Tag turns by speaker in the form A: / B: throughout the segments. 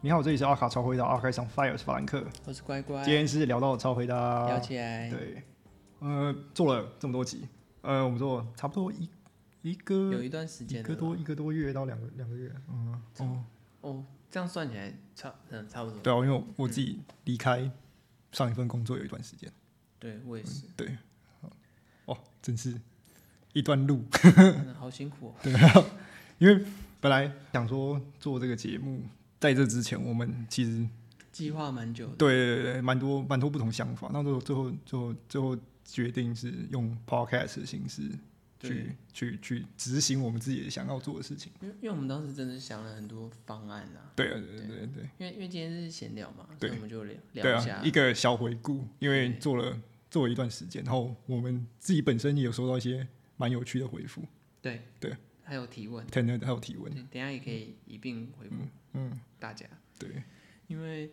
A: 你好，这里是阿卡超回答，阿卡上 fire 我是法兰克。
B: 我是乖乖，
A: 今天是聊到超回答，
B: 聊起来
A: 对，呃，做了这么多集，呃，我们做差不多一一
B: 有
A: 个
B: 一段时
A: 一
B: 间
A: 个
B: 了。
A: 多一个多月到两个两个月，嗯，哦，
B: 哦，这样算起来差嗯差不多。
A: 对啊，因为我我自己
B: 嗯
A: 离开上一份工作有一段时间，
B: 对我也是，
A: 对，哦，真是一段路，
B: 嗯好辛苦哦。
A: 因为本来想说做这个节目，在这之前我们其实
B: 计划蛮久的，
A: 对对对，蛮多蛮多不同想法。那最后最后最后最后决定是用 podcast 的形式去去去执行我们自己想要做的事情。
B: 因为因为我们当时真的想了很多方案啊。
A: 对啊对对对
B: 因为因为今天是闲聊嘛，所
A: 对
B: 以我们就聊
A: 对对
B: 聊一下
A: 啊，一个小回顾，因为
B: 对
A: 做了做了一段时间，然后我们自己本身也有收到一些蛮有趣的回复，
B: 对
A: 对，
B: 还有提问，
A: 可能还有提
B: 对
A: 问。
B: 等一下也可以一并回复
A: 嗯，
B: 大家，
A: 对
B: 因为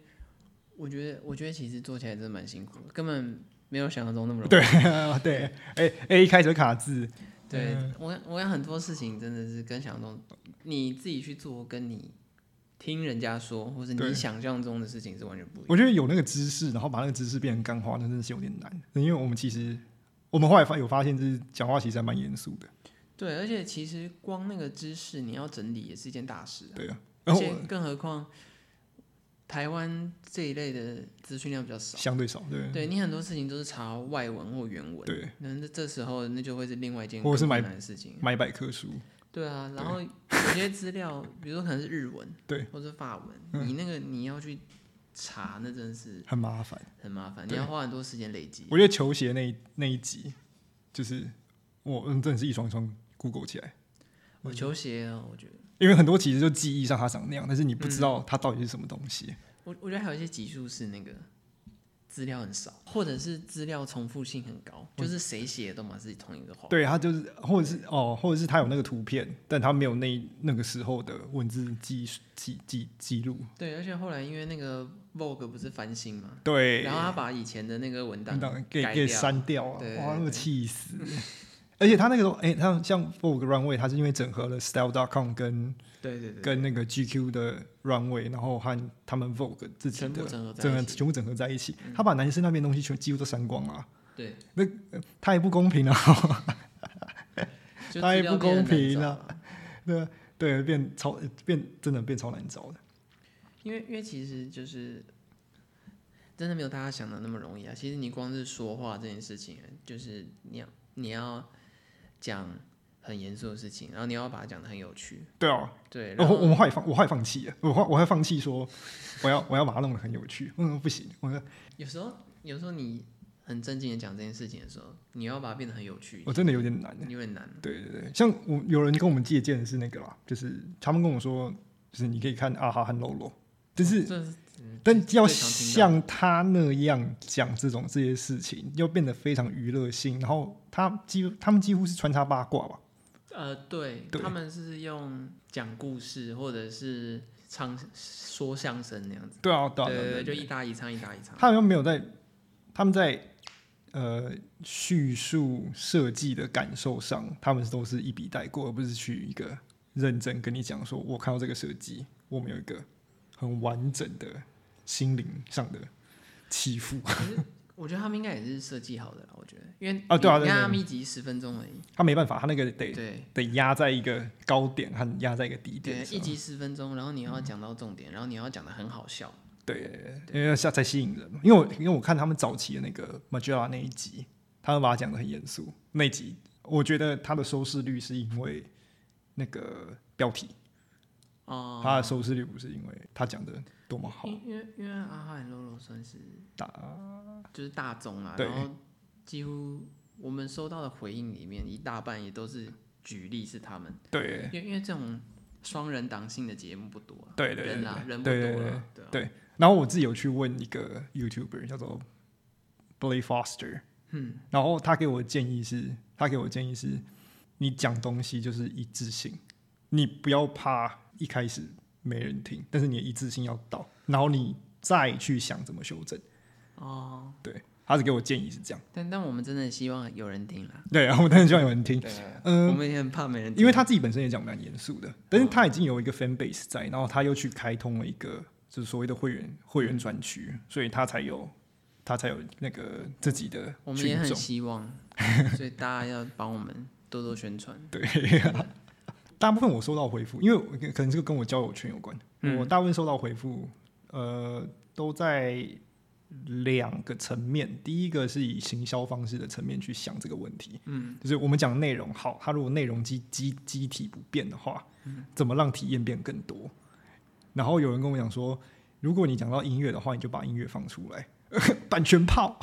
B: 我觉得我觉得其实做起来真的蛮辛苦的，根本没有想象中那么容易。
A: 对对，哎哎，一开始卡字，
B: 对
A: 嗯
B: 我想，我想很多事情真的是跟想象中，你自己去做，跟你听人家说，或是
A: 对
B: 你想象中的事情是完全不一样。
A: 我觉得有那个知识，然后把那个知识变成干话，那真的是有点难。因为我们其实我们后来发有发现，就是讲话其实还蛮严肃的。
B: 对，而且其实光那个知识你要整理也是一件大事啊、
A: 对啊，
B: 而
A: 然后
B: 且
A: 我
B: 更何况台湾这一类的资讯量比较少，
A: 相对少，对
B: 对你很多事情都是查外文或原文，
A: 对，
B: 那那这时候那就会是另外一件
A: 或者是
B: 更
A: 买
B: 困难的事情。
A: 买百科书，
B: 对啊，然后有些资料，比如说可能是日文，
A: 对，嗯
B: 或者法文，你那个你要去查，那真的是。
A: 很麻烦。
B: 很麻烦，你
A: 对
B: 要花很多时间累积。
A: 我觉得球鞋那一那一集，就是我嗯真的是一双一双 Google 起来，
B: 我球鞋啊，我觉得
A: 因为很多其实就记忆上它长那样，但是你不知道它到底是什么东西。
B: 我我觉得还有一些集数是那个资料很少，或者是资料重复性很高，就是谁写的都嘛是同一个话。
A: 对，它就是或者是哦，或者是它有那个图片，但它没有那那个时候的文字记记记记录。
B: 对，而且后来因为那个 Vogue 不是翻新嘛，
A: 对，
B: 然后他把以前的那个文
A: 文
B: 档
A: 档给
B: 改
A: 给
B: 掉
A: 删掉啊！
B: 对
A: 哇，
B: 对
A: 那么
B: 对
A: 气 死！而且他那个时候，哎、他像 Vogue Runway，他是因为整合了 Style.com 跟
B: 对对对，
A: 跟那个 GQ 的 Runway，然后和他们 Vogue 自己
B: 全部
A: 的
B: 整合在
A: 整
B: 一
A: 个
B: 起。嗯
A: 全部整合在一起，他把男生那边的东西全几乎都删光了，
B: 对，
A: 太不公平了。
B: 就
A: 太
B: 资料
A: 不
B: 变得
A: 公平
B: 难找
A: 了
B: 啊。
A: 对对，变超变真的变超难找的。
B: 因为因为其实就是真的没有大家想的那么容易啊。其实你光是说话这件事情，啊就是你要你要讲很严肃的事情，然后你要把它讲的很有趣，
A: 对啊，
B: 对，
A: 然
B: 然
A: 后
B: 后
A: 我们后来放，我后来放弃了，我后我还放弃说，我要我要把它弄得很有趣。嗯，不行，我
B: 有时候有时候你很正经的讲这件事情的时候，你要把它变得很有趣，
A: 我真的有点难。
B: 有点难。
A: 对对对，像我有人跟我们借鉴的是那个啦，就是他们跟我说，就是你可以看阿哈和露露，就是
B: 这是嗯
A: 但要
B: 最常听到
A: 像他那样讲这种这些事情，要变得非常娱乐性，然后他几乎他们几乎是穿插八卦吧，
B: 呃，对
A: 对
B: 他们是用讲故事或者是唱说相声那样子，
A: 对啊对啊
B: 对
A: 对啊
B: 对，就
A: 对啊，
B: 一搭一唱，一搭一唱。
A: 他们又没有在他们在呃叙述设计的感受上，他们都是一笔带过，而不是去一个认真跟你讲说，我看到这个设计，我们有一个很完整的心灵上的起伏。
B: 我觉得他们应该也是设计好的啦，我觉得，因为
A: 啊对啊
B: 你
A: 对
B: 你看
A: 对
B: 他们一集十分钟而已，
A: 他没办法，他那个得
B: 对
A: 得压在一个高点和压在一个低
B: 对，
A: 点上
B: 一。集十分钟，然后你要讲到重点，然后你要讲的很好笑，
A: 对，因为下才吸引人嘛。因为我因为我看他们早期的那个 Magella 那一集，他们把它讲的很严肃。那一集我觉得它的收视率是因为那个标题，
B: 哦、
A: 它的收视率不是因为他讲的多么好。
B: 因因为因为阿哈和 Lolo 算是大就是大众啊，
A: 对
B: 然后几乎我们收到的回应里面一大半也都是举例是他们，
A: 对
B: 因为因为这种双人档性的节目不多啊，
A: 对对对
B: 人啊
A: 对
B: 人不
A: 对
B: 多
A: 对
B: 了，对啊
A: 对。然后我自己有去问一个 YouTuber 叫做 Billy Foster，嗯，然后他给我的建议是，他给我的建议是，你讲东西就是一致性，你不要怕一开始没人听，但是你的一致性要到，然后你再去想怎么修正。
B: 哦，
A: 对，他是给我建议是这样。
B: 但但我们真的希望有人听啦，
A: 对，然后我当然希望有人听，
B: 对，
A: 嗯
B: 我们也很怕没人听，嗯
A: 因为他自己本身也讲蛮严肃的，但是他已经有一个 fan base 在，然后他又去开通了一个就是所谓的会员会员专区，所以他才有他才有那个自己的
B: 我们也
A: 群
B: 很
A: 众。
B: 希望，所以大家要帮我们多多宣传。
A: 啊 大部分我收到回复，因为我可能这个跟我交友圈有关，
B: 嗯
A: 我大部分收到回复，呃，都在两个层面。第一个是以行销方式的层面去想这个问题，嗯，就是我们讲内容好，它如果内容机机机体不变的话，怎么让体验变更多？然后有人跟我讲说，如果你讲到音乐的话，你就把音乐放出来， 版权炮。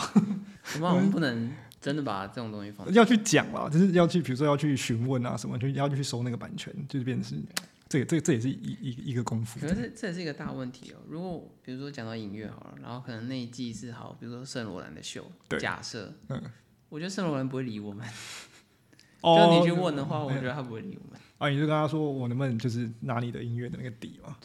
B: 我们好像不能真的把这种东西放。
A: 要去讲啦，就是要去，比如说要去询问啊什么，就要去收那个版权，就是变成是这个这个这也是一一一个功夫
B: 可。是这这也是一个大问题哦。如果比如说讲到音乐好了，然后可能那一季是好，比如说圣罗兰的秀，
A: 对
B: 假设，
A: 嗯，
B: 我觉得圣罗兰不会理我们。就
A: 哦，
B: 你去问的话，我觉得他不会理我们。
A: 啊，你就跟他说我能不能就是拿你的音乐的那个底嘛？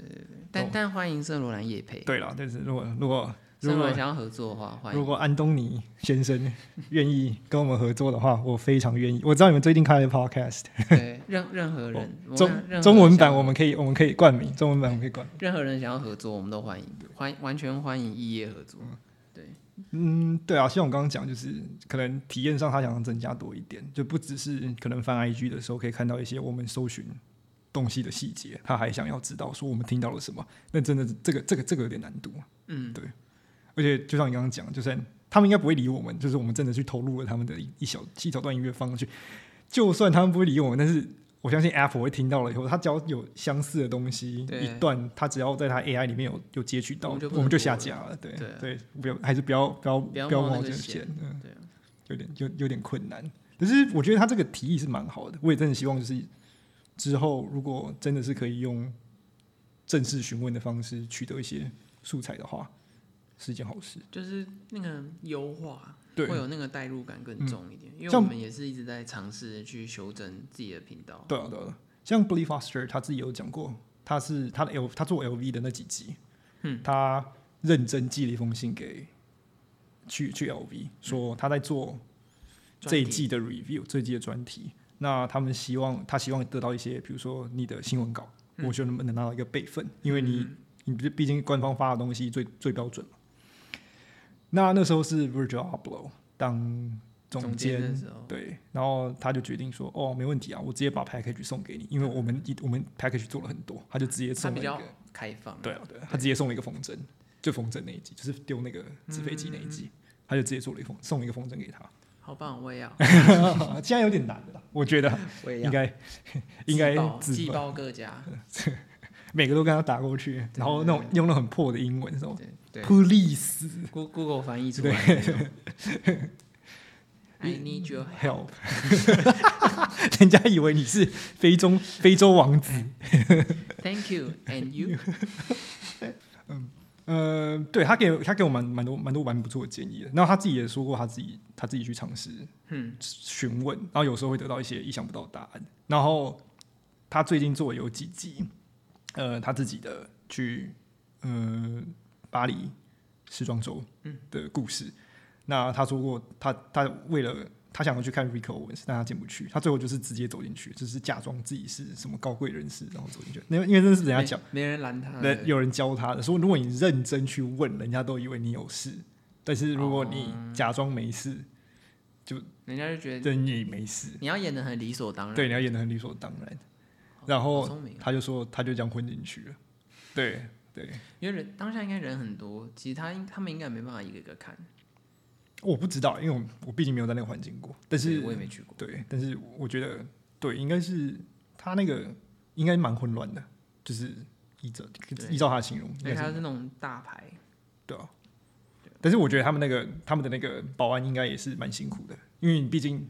B: 但但欢迎圣罗兰也配，
A: 对啦，但是如果如果如
B: 圣罗兰
A: 果
B: 想要合作的话，欢
A: 如
B: 迎。
A: 果安东尼先生愿意跟我们合作的话，我非常愿意。我知道你们最近开了 podcast，
B: 对，任任何人，我
A: 哦中
B: 们任何
A: 中文
B: 人
A: 版
B: 想
A: 我们可以我们可以冠名，中文版我们可以冠名。
B: 任何人想要合作，我们都欢迎，欢完全欢迎异业合作。对，
A: 嗯，对啊，像我刚刚讲，就是可能体验上他想要增加多一点，就不只是可能翻 IG 的时候可以看到一些我们搜寻东西的细节，他还想要知道说我们听到了什么。那真的这个这个这个有点难度，啊
B: 嗯，
A: 而且就像你刚刚讲，就算他们应该不会理我们，就是我们真的去投入了他们的一一小一小段音乐放上去，就算他们不会理我们，但是。我相信 Apple 会听到了以后，他只要有相似的东西
B: 对
A: 一段，他只要在他 AI 里面有有截取到，
B: 我
A: 我
B: 们
A: 们
B: 就不
A: 就
B: 能播
A: 下
B: 了
A: 架了。对
B: 对啊
A: 对，不要还是不要不要
B: 不要
A: 不要
B: 冒那
A: 冒
B: 个
A: 这个
B: 险
A: 险，嗯，
B: 对啊
A: 有点有有点困难。可是我觉得他这个提议是蛮好的，我也真的希望就是之后如果真的是可以用正式询问的方式取得一些素材的话，是一件好事。
B: 就是那个优化，
A: 对嗯
B: 会有那个代入感更重一点。因为我
A: 像
B: 们也是一直在尝试去修正自己的频道。
A: 对啊，对啊，像 b l e e Foster 他自己有讲过，他是他的 L 他做 LV 的那几集，嗯，他认真寄了一封信给去去 LV，说他在做
B: 嗯专
A: 这一
B: 题
A: 季的 review，这一季的专题。那他们希望他希望得到一些，比如说你的新闻稿，
B: 嗯
A: 我觉得能不能拿到一个备份，因为你、你毕毕竟官方发的东西最最标准嘛。那那时候是 Virgil Abloh 当
B: 总
A: 监
B: 的时候，
A: 对，然后他就决定说，哦，没问题啊，我直接把 package 送给你，因为我们一我们 package 做了很多，他就直接
B: 他
A: 送了
B: 比
A: 一个
B: 较，开放。
A: 对啊，对啊，他直接送了一个风筝，就风筝那一集，就是丢那个纸飞机那一集，
B: 嗯
A: 他就直接做了一封送了一个风筝给
B: 好棒，我也要，
A: 他，现在有点难了啦，我觉得
B: 我也
A: 应
B: 要，
A: 该 应该
B: 寄爆
A: 自
B: 寄
A: 爆
B: 爆各 家。
A: 每个都跟他打过去，然后那种用那种很破的英文什么
B: 对对
A: police
B: ，Go Google 翻译出来的那种。I need your
A: help，人家以为你是非洲非洲王子。
B: thank you and you。
A: 呃，对他给他给我蛮蛮多蛮多蛮不错的建议的。然后他自己也说过，他自己他自己去尝试
B: 嗯
A: 询问，然后有时候会得到一些意想不到的答案。然后他最近做有几集，呃，他自己的去呃巴黎时装周的故事。那他说过，他他为了他想要去看 Rico Owens，但他进不去，他最后就是直接走进去，就是假装自己是什么高贵人士，然后走进去。因为因为这是人家讲。
B: 没没人拦他
A: 那
B: 的。
A: 有人教他的，说如果你认真去问，人家都以为你有事；但是如果你
B: 哦
A: 假装没事，
B: 嗯人家就觉得
A: 真你没事。
B: 你要演的很理所当然。
A: 对，你要演的很理所当然。
B: 好，
A: 然
B: 好
A: 后
B: 聪明哦，
A: 他就说，他就这样混进去了。对对，
B: 因为人当下应该人很多，其实他应他们应该没办法一个一个看，
A: 我不知道，因为我我毕竟没有在那个环境过，但是
B: 对我也没去过。
A: 对，但是我觉得对，应该是他那个应该蛮混乱的，就是依照
B: 对
A: 依照他的形容，应
B: 而
A: 该
B: 且他
A: 是
B: 是那种大牌，
A: 对啊。但是我觉得他们那个他们的那个保安应该也是蛮辛苦的，因为你毕竟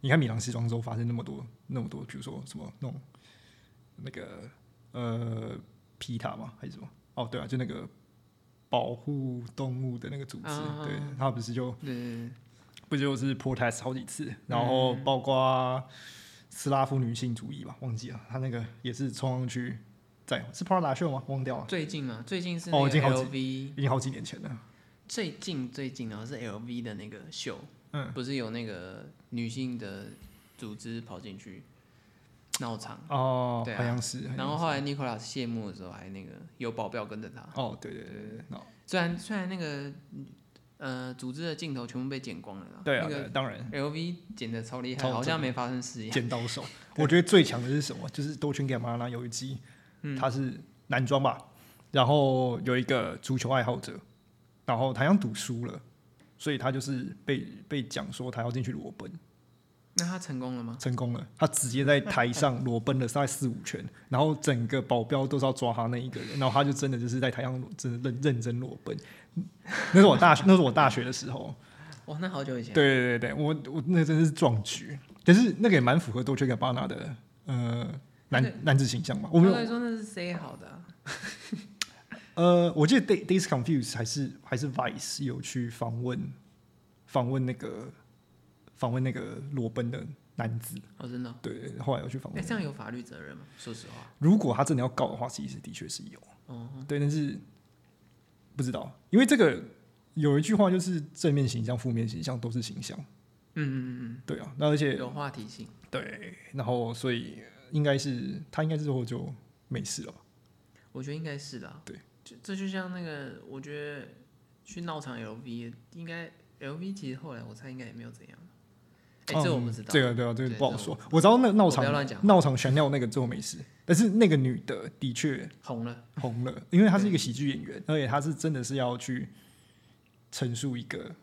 A: 你看米兰时装周发生那么多那么多，比如说什么那种那个呃皮塔嘛还是什么？哦，对啊，就那个保护动物的那个组织，
B: 啊
A: 对他不是就
B: 对对对，
A: 不就是 protest 好几次，然后
B: 嗯
A: 包括斯拉夫女性主义吧，忘记了，他那个也是冲上去在是 Prada 秀吗？忘掉了，
B: 最近啊，最近是
A: 哦
B: 那
A: 已经
B: 个
A: 好几
B: LV，
A: 已经好几年前了，
B: 最近最近哦然后是 LV 的那个秀，
A: 嗯，
B: 不是有那个女性的组织跑进去，闹场。
A: 哦，
B: 对啊
A: 好像是。好像
B: 然后
A: 是
B: 后来 Nicolas 谢幕的时候，还那个有保镖跟着他。
A: 哦，对对对对，哦
B: 虽然虽然那个呃组织的镜头全部被剪光了啦，
A: 对啊，
B: 那
A: 对啊
B: 个
A: 当 然
B: LV 剪的超厉害，
A: 超
B: 好
A: 真
B: 像
A: 的
B: 没发生事一样。
A: 剪刀手。我觉得最强的是什么？就是多圈给马拉有一集，
B: 嗯
A: 他是男装吧，然后有一个足球爱好者，然后他好像赌输了，所以他就是被被讲说他要进去裸奔，
B: 那他成功了吗？
A: 成功了。他直接在台 上裸奔了大概四五圈，然后整个保镖都是要抓他那一个人，然后他就真的就是在台上裸真的认认真裸奔。那是我大学，那是我大学的时候，
B: 哇，那好久以前。
A: 对对对对，我我那真的是壮举，但是那个也蛮符合多切格巴纳的呃
B: 对
A: 男男子形象嘛。我
B: 我
A: 没
B: 们
A: 有
B: 来说那是 C 好的啊、
A: 呃，我记得 Day- Days Confused 还是还是 Vice 有去访问访问那个访问那个裸奔的男子，
B: 哦，真的哦、
A: 对，后来有去访
B: 哎、
A: 问
B: 这。样有法律责任吗？说实话，
A: 如果他真的要告的话，其实的确是有，
B: 哦，
A: 对，但是不知道，因为这个有一句话就是正面形象、负面形象都是形象，
B: 嗯嗯
A: 对啊，那而
B: 嗯，
A: 且
B: 有话题性。
A: 对，然后所以应该是他应该之后就没事了吧？
B: 我觉得应该是的、啊。
A: 对，
B: 这这就像那个，我觉得去闹场 LV，应该 LV 其实后来我猜应该也没有怎样。哎、这我不知道。
A: 嗯这个对啊，这个
B: 对
A: 不好
B: 这我
A: 说。我知道那闹
B: 我不
A: 场
B: 要乱讲
A: 闹场悬尿那个最后没事，但是那个女的的确
B: 红了，
A: 红了，因为她是一个喜剧演员，而且她是真的是要去陈述一个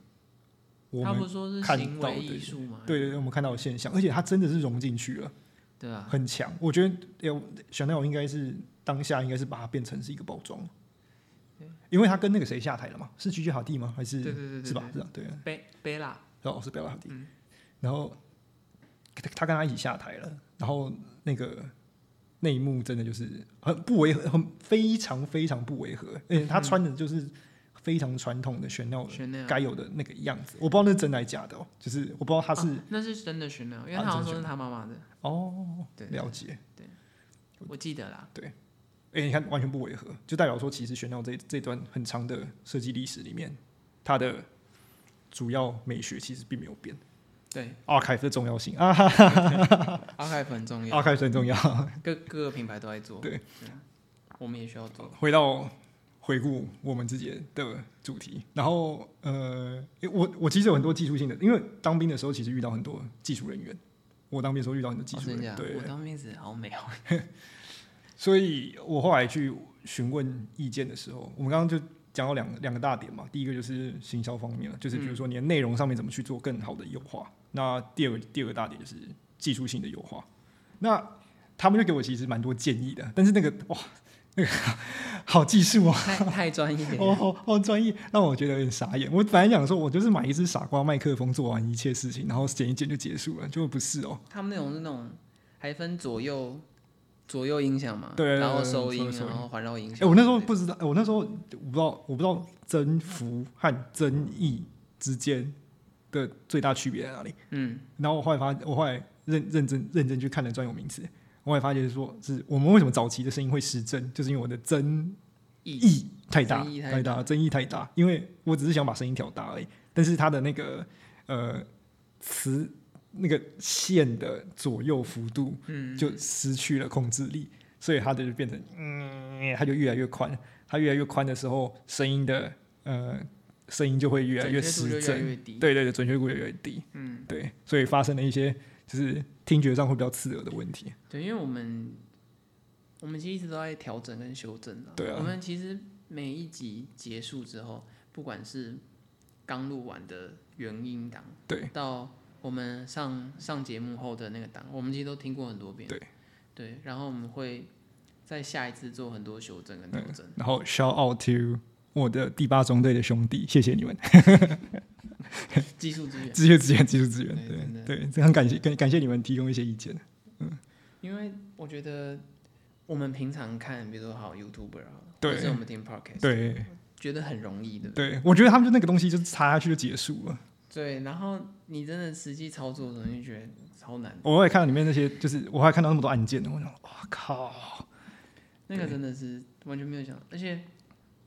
A: 我
B: 他
A: 们
B: 不是啊说是
A: 看
B: 行
A: 到
B: 为
A: 的
B: 艺术吗？
A: 对对对我们看到的现象，而且她真的是融进去了，
B: 对啊，
A: 很强。我觉得呃小奈我应该是当下应该是把它变成是一个包装。因为她跟那个谁下台了嘛？是居居好地吗？还是
B: 对对对对
A: 是吧？是吧？对啊，
B: 贝贝拉，
A: 然后是贝拉哈迪，
B: 嗯
A: 然后他他跟他一起下台了，然后那个那一幕真的就是很不违和，很非常非常不违和，而且他穿的就是非常传统的玄妙
B: 选那
A: 该有的那个样子，我不知道那是真的还是假的哦，就是我不知道他是、
B: 那是真的 Chanel，因为
A: 啊
B: 他好像
A: 真的
B: 说是他妈妈的，
A: 哦
B: 对
A: 了解，
B: 我记得啦。
A: 哎、你看完全不违和，就代表说其实玄妙这这段很长的设计历史里面，它的主要美学其实并没有变
B: 对，
A: ，archive 的重要性啊
B: 阿凯很 重要，
A: ，archive 很重要。
B: 各各个品牌都在做。
A: 对
B: 嗯，我们也需要做。
A: 回到回顾我们自己的主题，然后呃，诶我我其实有很多技术性的，因为当兵的时候其实遇到很多技术人员，我当兵的时候遇到很多技
B: 哦
A: 术
B: 真
A: 人
B: 的
A: 员，
B: 假的
A: 对
B: 我，当面子好美哦。
A: 所以我后来去询问意见的时候，我们刚刚就讲到两个两个大点嘛，第一个就是行销方面了，
B: 嗯
A: 就是比如说你的内容上面怎么去做更好的优化，那第二个第二个大点就是技术性的优化，那他们就给我其实蛮多建议的，但是那个 哇，那个好技术哦。
B: 太 太专业了。
A: 哦，好好专业，让我觉得有点傻眼。我本来想说，我就是买一只傻瓜麦克风，做完一切事情，然后剪一剪就结束了，结果不是哦。
B: 他们那种是那种还分左右左右音响嘛，
A: 对对对
B: 然后
A: 对
B: 收
A: 对
B: 音，啊
A: 收收音
B: 然后环绕音
A: 哎、
B: 响。
A: 我那时候不知道，哎我那时候我不知道，我不知道征服和争议之间的最大区别在哪里。
B: 嗯，
A: 然后我后来发，我后来认认真认真去看了专有名词，我后来发觉说，是我们为什么早期的声音会失真，就是因为我的争
B: 意
A: 议太大，
B: 争议太大
A: 太大，争议太大。因为我只是想把声音调大而已，但是它的那个呃词那个线的左右幅度
B: 嗯
A: 就失去了控制力，所以它的就变成嗯，它就越来越宽，它越来越宽的时候，声音的呃声音就会越来越
B: 准确度
A: 失
B: 就越来
A: 真，
B: 越低。
A: 对对对，准确度越来越低，
B: 嗯，
A: 对，所以发生了一些就是听觉上会比较刺耳的问题，
B: 对，因为我们我们其实一直都在调整跟修正的、
A: 对啊
B: 我们其实每一集结束之后，不管是刚录完的原音档，
A: 对，
B: 到我们上上节目后的那个档，我们其实都听过很多遍。
A: 对
B: 对，然后我们会在下一次做很多修正跟调整。
A: 然后 shout out to 我的第八中队的兄弟，谢谢你们。
B: 技术资源，
A: 技术资源，技术资源，
B: 对真的
A: 对对，这很感谢，感感谢你们提供一些意见。
B: 因为我觉得我们平常看，比如说好 YouTuber 好了，
A: 对
B: 或是我们听 Podcast，，
A: 对
B: 觉得很容易，对不对？
A: 对，我觉得他们就那个东西就是插下去就结束了。
B: 对，然后你真的实际操作的时候，就觉得超难，
A: 我也看到里面那些，就是我还看到那么多案件的，我想，哇靠，
B: 那个真的是完全没有想，而且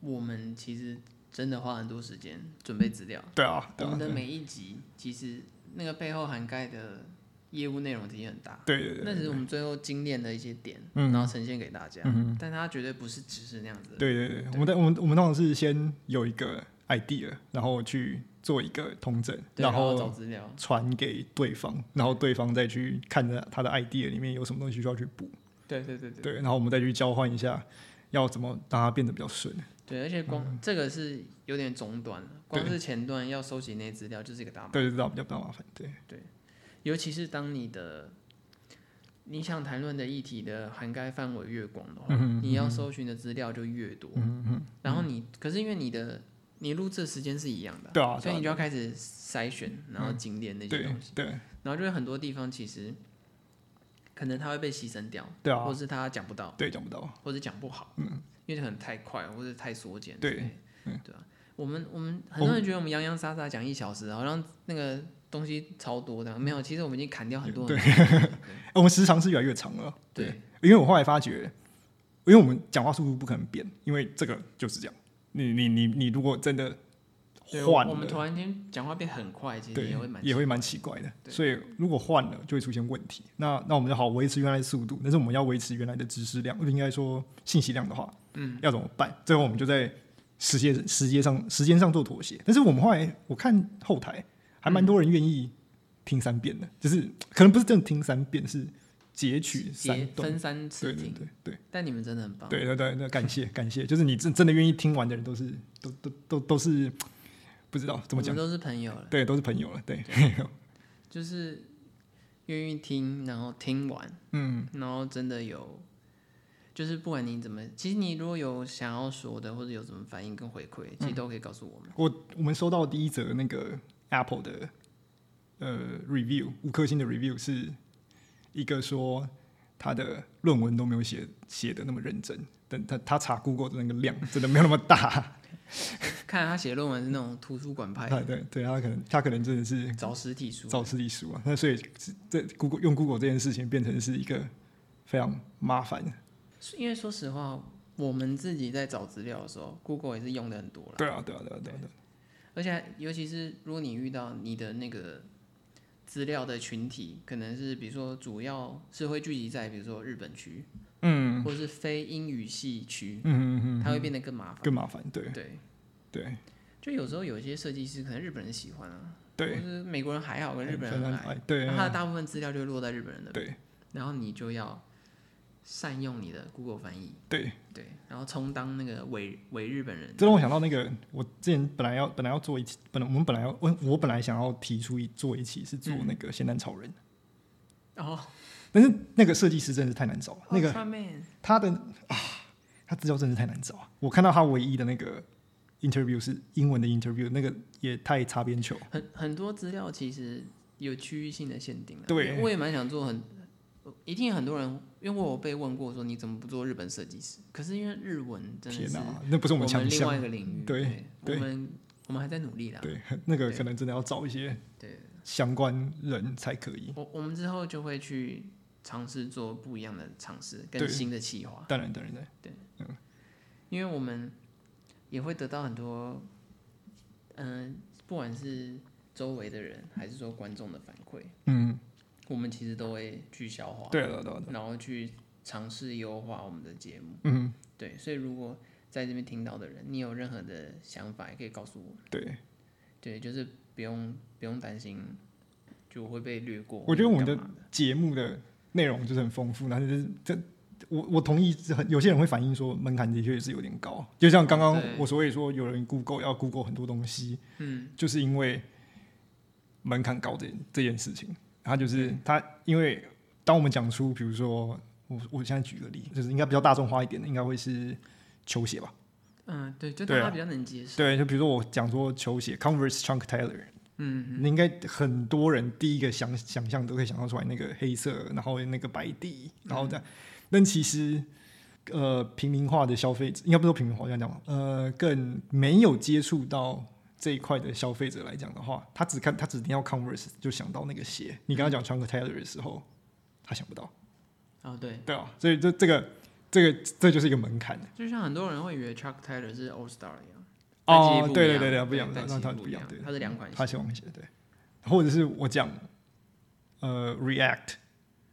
B: 我们其实真的花很多时间准备资料，
A: 对啊，
B: 我
A: 对啊
B: 们，的
A: 对
B: 每一集其实那个背后涵盖的业务内容体很大。
A: 对对对，
B: 那只是我们最后精炼的一些点，
A: 嗯
B: 然后呈现给大家。
A: 嗯
B: 但它绝对不是只是那样子的。
A: 对对对，我们在我们我们通常是先有一个 idea，然后去做一个通证，
B: 对，然后找
A: 后
B: 资料。
A: 传给对方，然后对方再去看着他的 idea 里面有什么东西需要去补，
B: 对对对对
A: 对，然后我们再去交换一下，要怎么让它变得比较顺。
B: 对，而且光、这个是有点中段了，
A: 嗯
B: 光
A: 对
B: 是前段要收集那些资料就是一个大麻烦，
A: 对对，这样比较比较麻烦。对，
B: 尤其是当你的你想谈论的议题的涵盖范围越广的话，
A: 嗯
B: 你要搜寻的资料就越多，
A: 嗯嗯，
B: 然后你可是因为你的你录制的时间是一样的啊、
A: 对啊，
B: 所以你就
A: 对啊嗯
B: 要开始筛选，然后精炼那些
A: 对
B: 东西，
A: 对
B: 然后就会很多地方其实可能它会被牺牲掉，
A: 对
B: 或
A: 啊，
B: 是它讲不到，
A: 对讲不到，
B: 或者讲不好，因为可能太快或者太缩减，
A: 嗯对，嗯
B: 对啊，我们我们很多人觉得我们洋洋洒洒讲一小时，好像那个东西超多
A: 嗯
B: 的，没有，其实我们已经砍掉很多很多东西了
A: 哎我们时长是越来越长了。
B: 对
A: 对，因为我后来发觉，因为我们讲话速度不可能变，因为这个就是这样。你你你你如果真的
B: 对，
A: 换
B: 我我们
A: 了，
B: 突然间讲话变很快，其实
A: 对
B: 也会，蛮
A: 也会蛮奇怪的。
B: 对
A: 所以如果换了，就会出现问题。那那我们就好维持原来的速度，但是我们要维持原来的知识量，应该说信息量的话，
B: 嗯，
A: 要怎么办？最后我们就在时间时间上时间上做妥协。但是我们后来我看后台还蛮多人愿意听三遍的，就是可能不是真的听三遍，是截取三
B: 截
A: 段。
B: 分三次
A: 对对
B: 听，
A: 对对。
B: 但你们真的很棒，
A: 对对对，那感谢感谢，就是你真真的愿意听完的人都是都都都都是不知道怎么
B: 我
A: 讲
B: 们，都是朋友了，
A: 对，都是朋友了，对，
B: 就是愿意听，然后听完，
A: 嗯，
B: 然后真的有。就是不管你怎么，其实你如果有想要说的，或者有什么反应跟回馈，
A: 嗯
B: 其实都可以告诉我们。
A: 我我们收到第一则那个 Apple 的呃 review 五颗星的 review 是一个说他的论文都没有写写的那么认真，但他他查 Google 的那个量真的没有那么大，
B: 看来他写论文是那种图书馆派
A: 他
B: 的，
A: 对对，他可能他可能真的是
B: 找实体书，
A: 找实体书啊，那所以这 Google 用 Google 这件事情变成是一个非常麻烦的，
B: 因为说实话，我们自己在找资料的时候，Google 也是用的很多了。
A: 对啊对啊对啊对啊。对啊
B: 而且尤其是如果你遇到你的那个资料的群体，可能是比如说主要是会聚集在比如说日本区，嗯，或者是非英语系区，嗯嗯嗯，它会变得更麻烦。
A: 更麻烦。对
B: 对，
A: 对
B: 就有时候有一些设计师可能日本人喜欢啊，或
A: 对，
B: 是美国人还好，跟日本
A: 很
B: 人很
A: 难
B: 爱，
A: 对嗯
B: 那他的大部分资料就会落在日本人的，
A: 对
B: 然后你就要善用你的 Google 翻译。
A: 对，
B: 对，然后充当那个伪伪日本人，
A: 这让我想到那个，我之前本来要本来要做一期，本来我们本来要我我本来想要提出一做一期是做
B: 嗯
A: 那个咸蛋超人，
B: 然后
A: 但是那个设计师真的是太难找了，那个
B: Ultraman
A: 他的啊，他资料真的是太难找啊，我看到他唯一的那个 interview 是英文的 interview，那个也太擦边球。
B: 很很多资料其实有区域性的限定、啊。
A: 对
B: 我也蛮想做很，一定很多人，因为我有被问过说你怎么不做日本设计师？可是因为日文真的
A: 天
B: 是
A: 哪、那不是我
B: 我
A: 们强
B: 另
A: 项
B: 外，一个领域，
A: 对对
B: 我们我们还在努力啦。
A: 对，那个可能真的要找一些
B: 对
A: 相关人才可以。
B: 我我们之后就会去尝试做不一样的尝试
A: 对
B: 跟新的企划，
A: 当然，当然，当然，
B: 因为我们也会得到很多，嗯、不管是周围的人还是说观众的反馈，
A: 嗯，
B: 我们其实都会去消化，
A: 对啊了，对了，
B: 然后去尝试优化我们的节目。
A: 嗯。
B: 对，所以如果在这边听到的人，你有任何的想法，也可以告诉我。
A: 对，啊
B: 对，就是不用不用担心，就会被略过。
A: 我觉得我们的
B: 干嘛
A: 节目的内容就是很丰富，但是这我我同意，很有些人会反映说门槛的确是有点高，就像刚刚
B: 对
A: 我所以说有人 Google 要 Google 很多东西，
B: 嗯，
A: 就是因为门槛高这这件事情，它就是它因为当我们讲出比如说我我现在举个例，就是应该比较大众化一点的，应该会是球鞋吧。
B: 嗯，对，就
A: 对啊
B: 大家比较能接受。
A: 对，就比如说我讲说球鞋 Converse Chunk Taylor，嗯，你应该很多人第一个想想象都可以想象出来那个黑色，然后那个白底，然后这样。但其实，呃，平民化的消费者应该不是说平民化，这样讲吧，呃，更没有接触到这一块的消费者来讲的话，他只看他只听到 Converse 就想到那个鞋，你跟他讲 Chunk Taylor 的时候，他想不到，
B: 哦，对，
A: 对啊，所以这这个这个这就是一个门槛。
B: 就像很多人会以为 Chuck Taylor 是 All Star 一样。但其实
A: 哦，
B: 不
A: 对
B: 一
A: 对
B: 样
A: 对对，不一样，
B: 但
A: 那
B: 其实
A: 它
B: 不
A: 不
B: 一
A: 一样
B: 样，
A: 对，
B: 它是两款
A: 他喜欢写对，或者是我讲呃 React，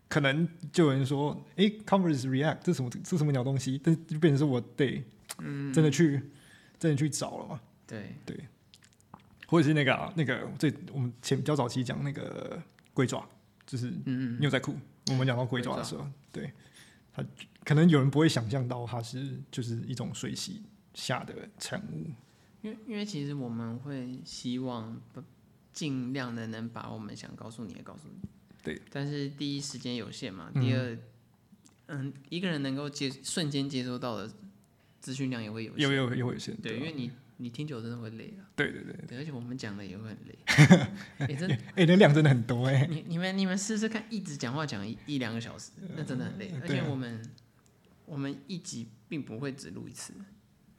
A: 可能就有人说，诶 c o n v e r s e React 这什么这什么鸟东西？但是就变成是我得
B: 嗯，
A: 真的去、真的去找了嘛，
B: 对，
A: 或者是那个、啊、那个最我们前比较早期讲那个龟爪，就是
B: 嗯嗯，
A: 牛仔裤，我们讲到龟爪的时候，对，它可能有人不会想象到它是就是一种水洗下的产物，
B: 因为因为其实我们会希望不尽量的能把我们想告诉你的告诉你，
A: 对，
B: 但是第一时间有限嘛，
A: 嗯
B: 第二，嗯，一个人能够接瞬间接收到的资讯量也会有
A: 也
B: 限，
A: 有也会有些人
B: 对，因
A: 吧
B: 为你你听久了真的会累了，
A: 对对对，
B: 对，而且我们讲的也会很累， 哎、真的，
A: 哎、那量真的很多哎、
B: 你你们你们试试看，一直讲话讲一一两个小时，那真的很累，而
A: 对
B: 且
A: 啊
B: 我们我们一集并不会只录一次。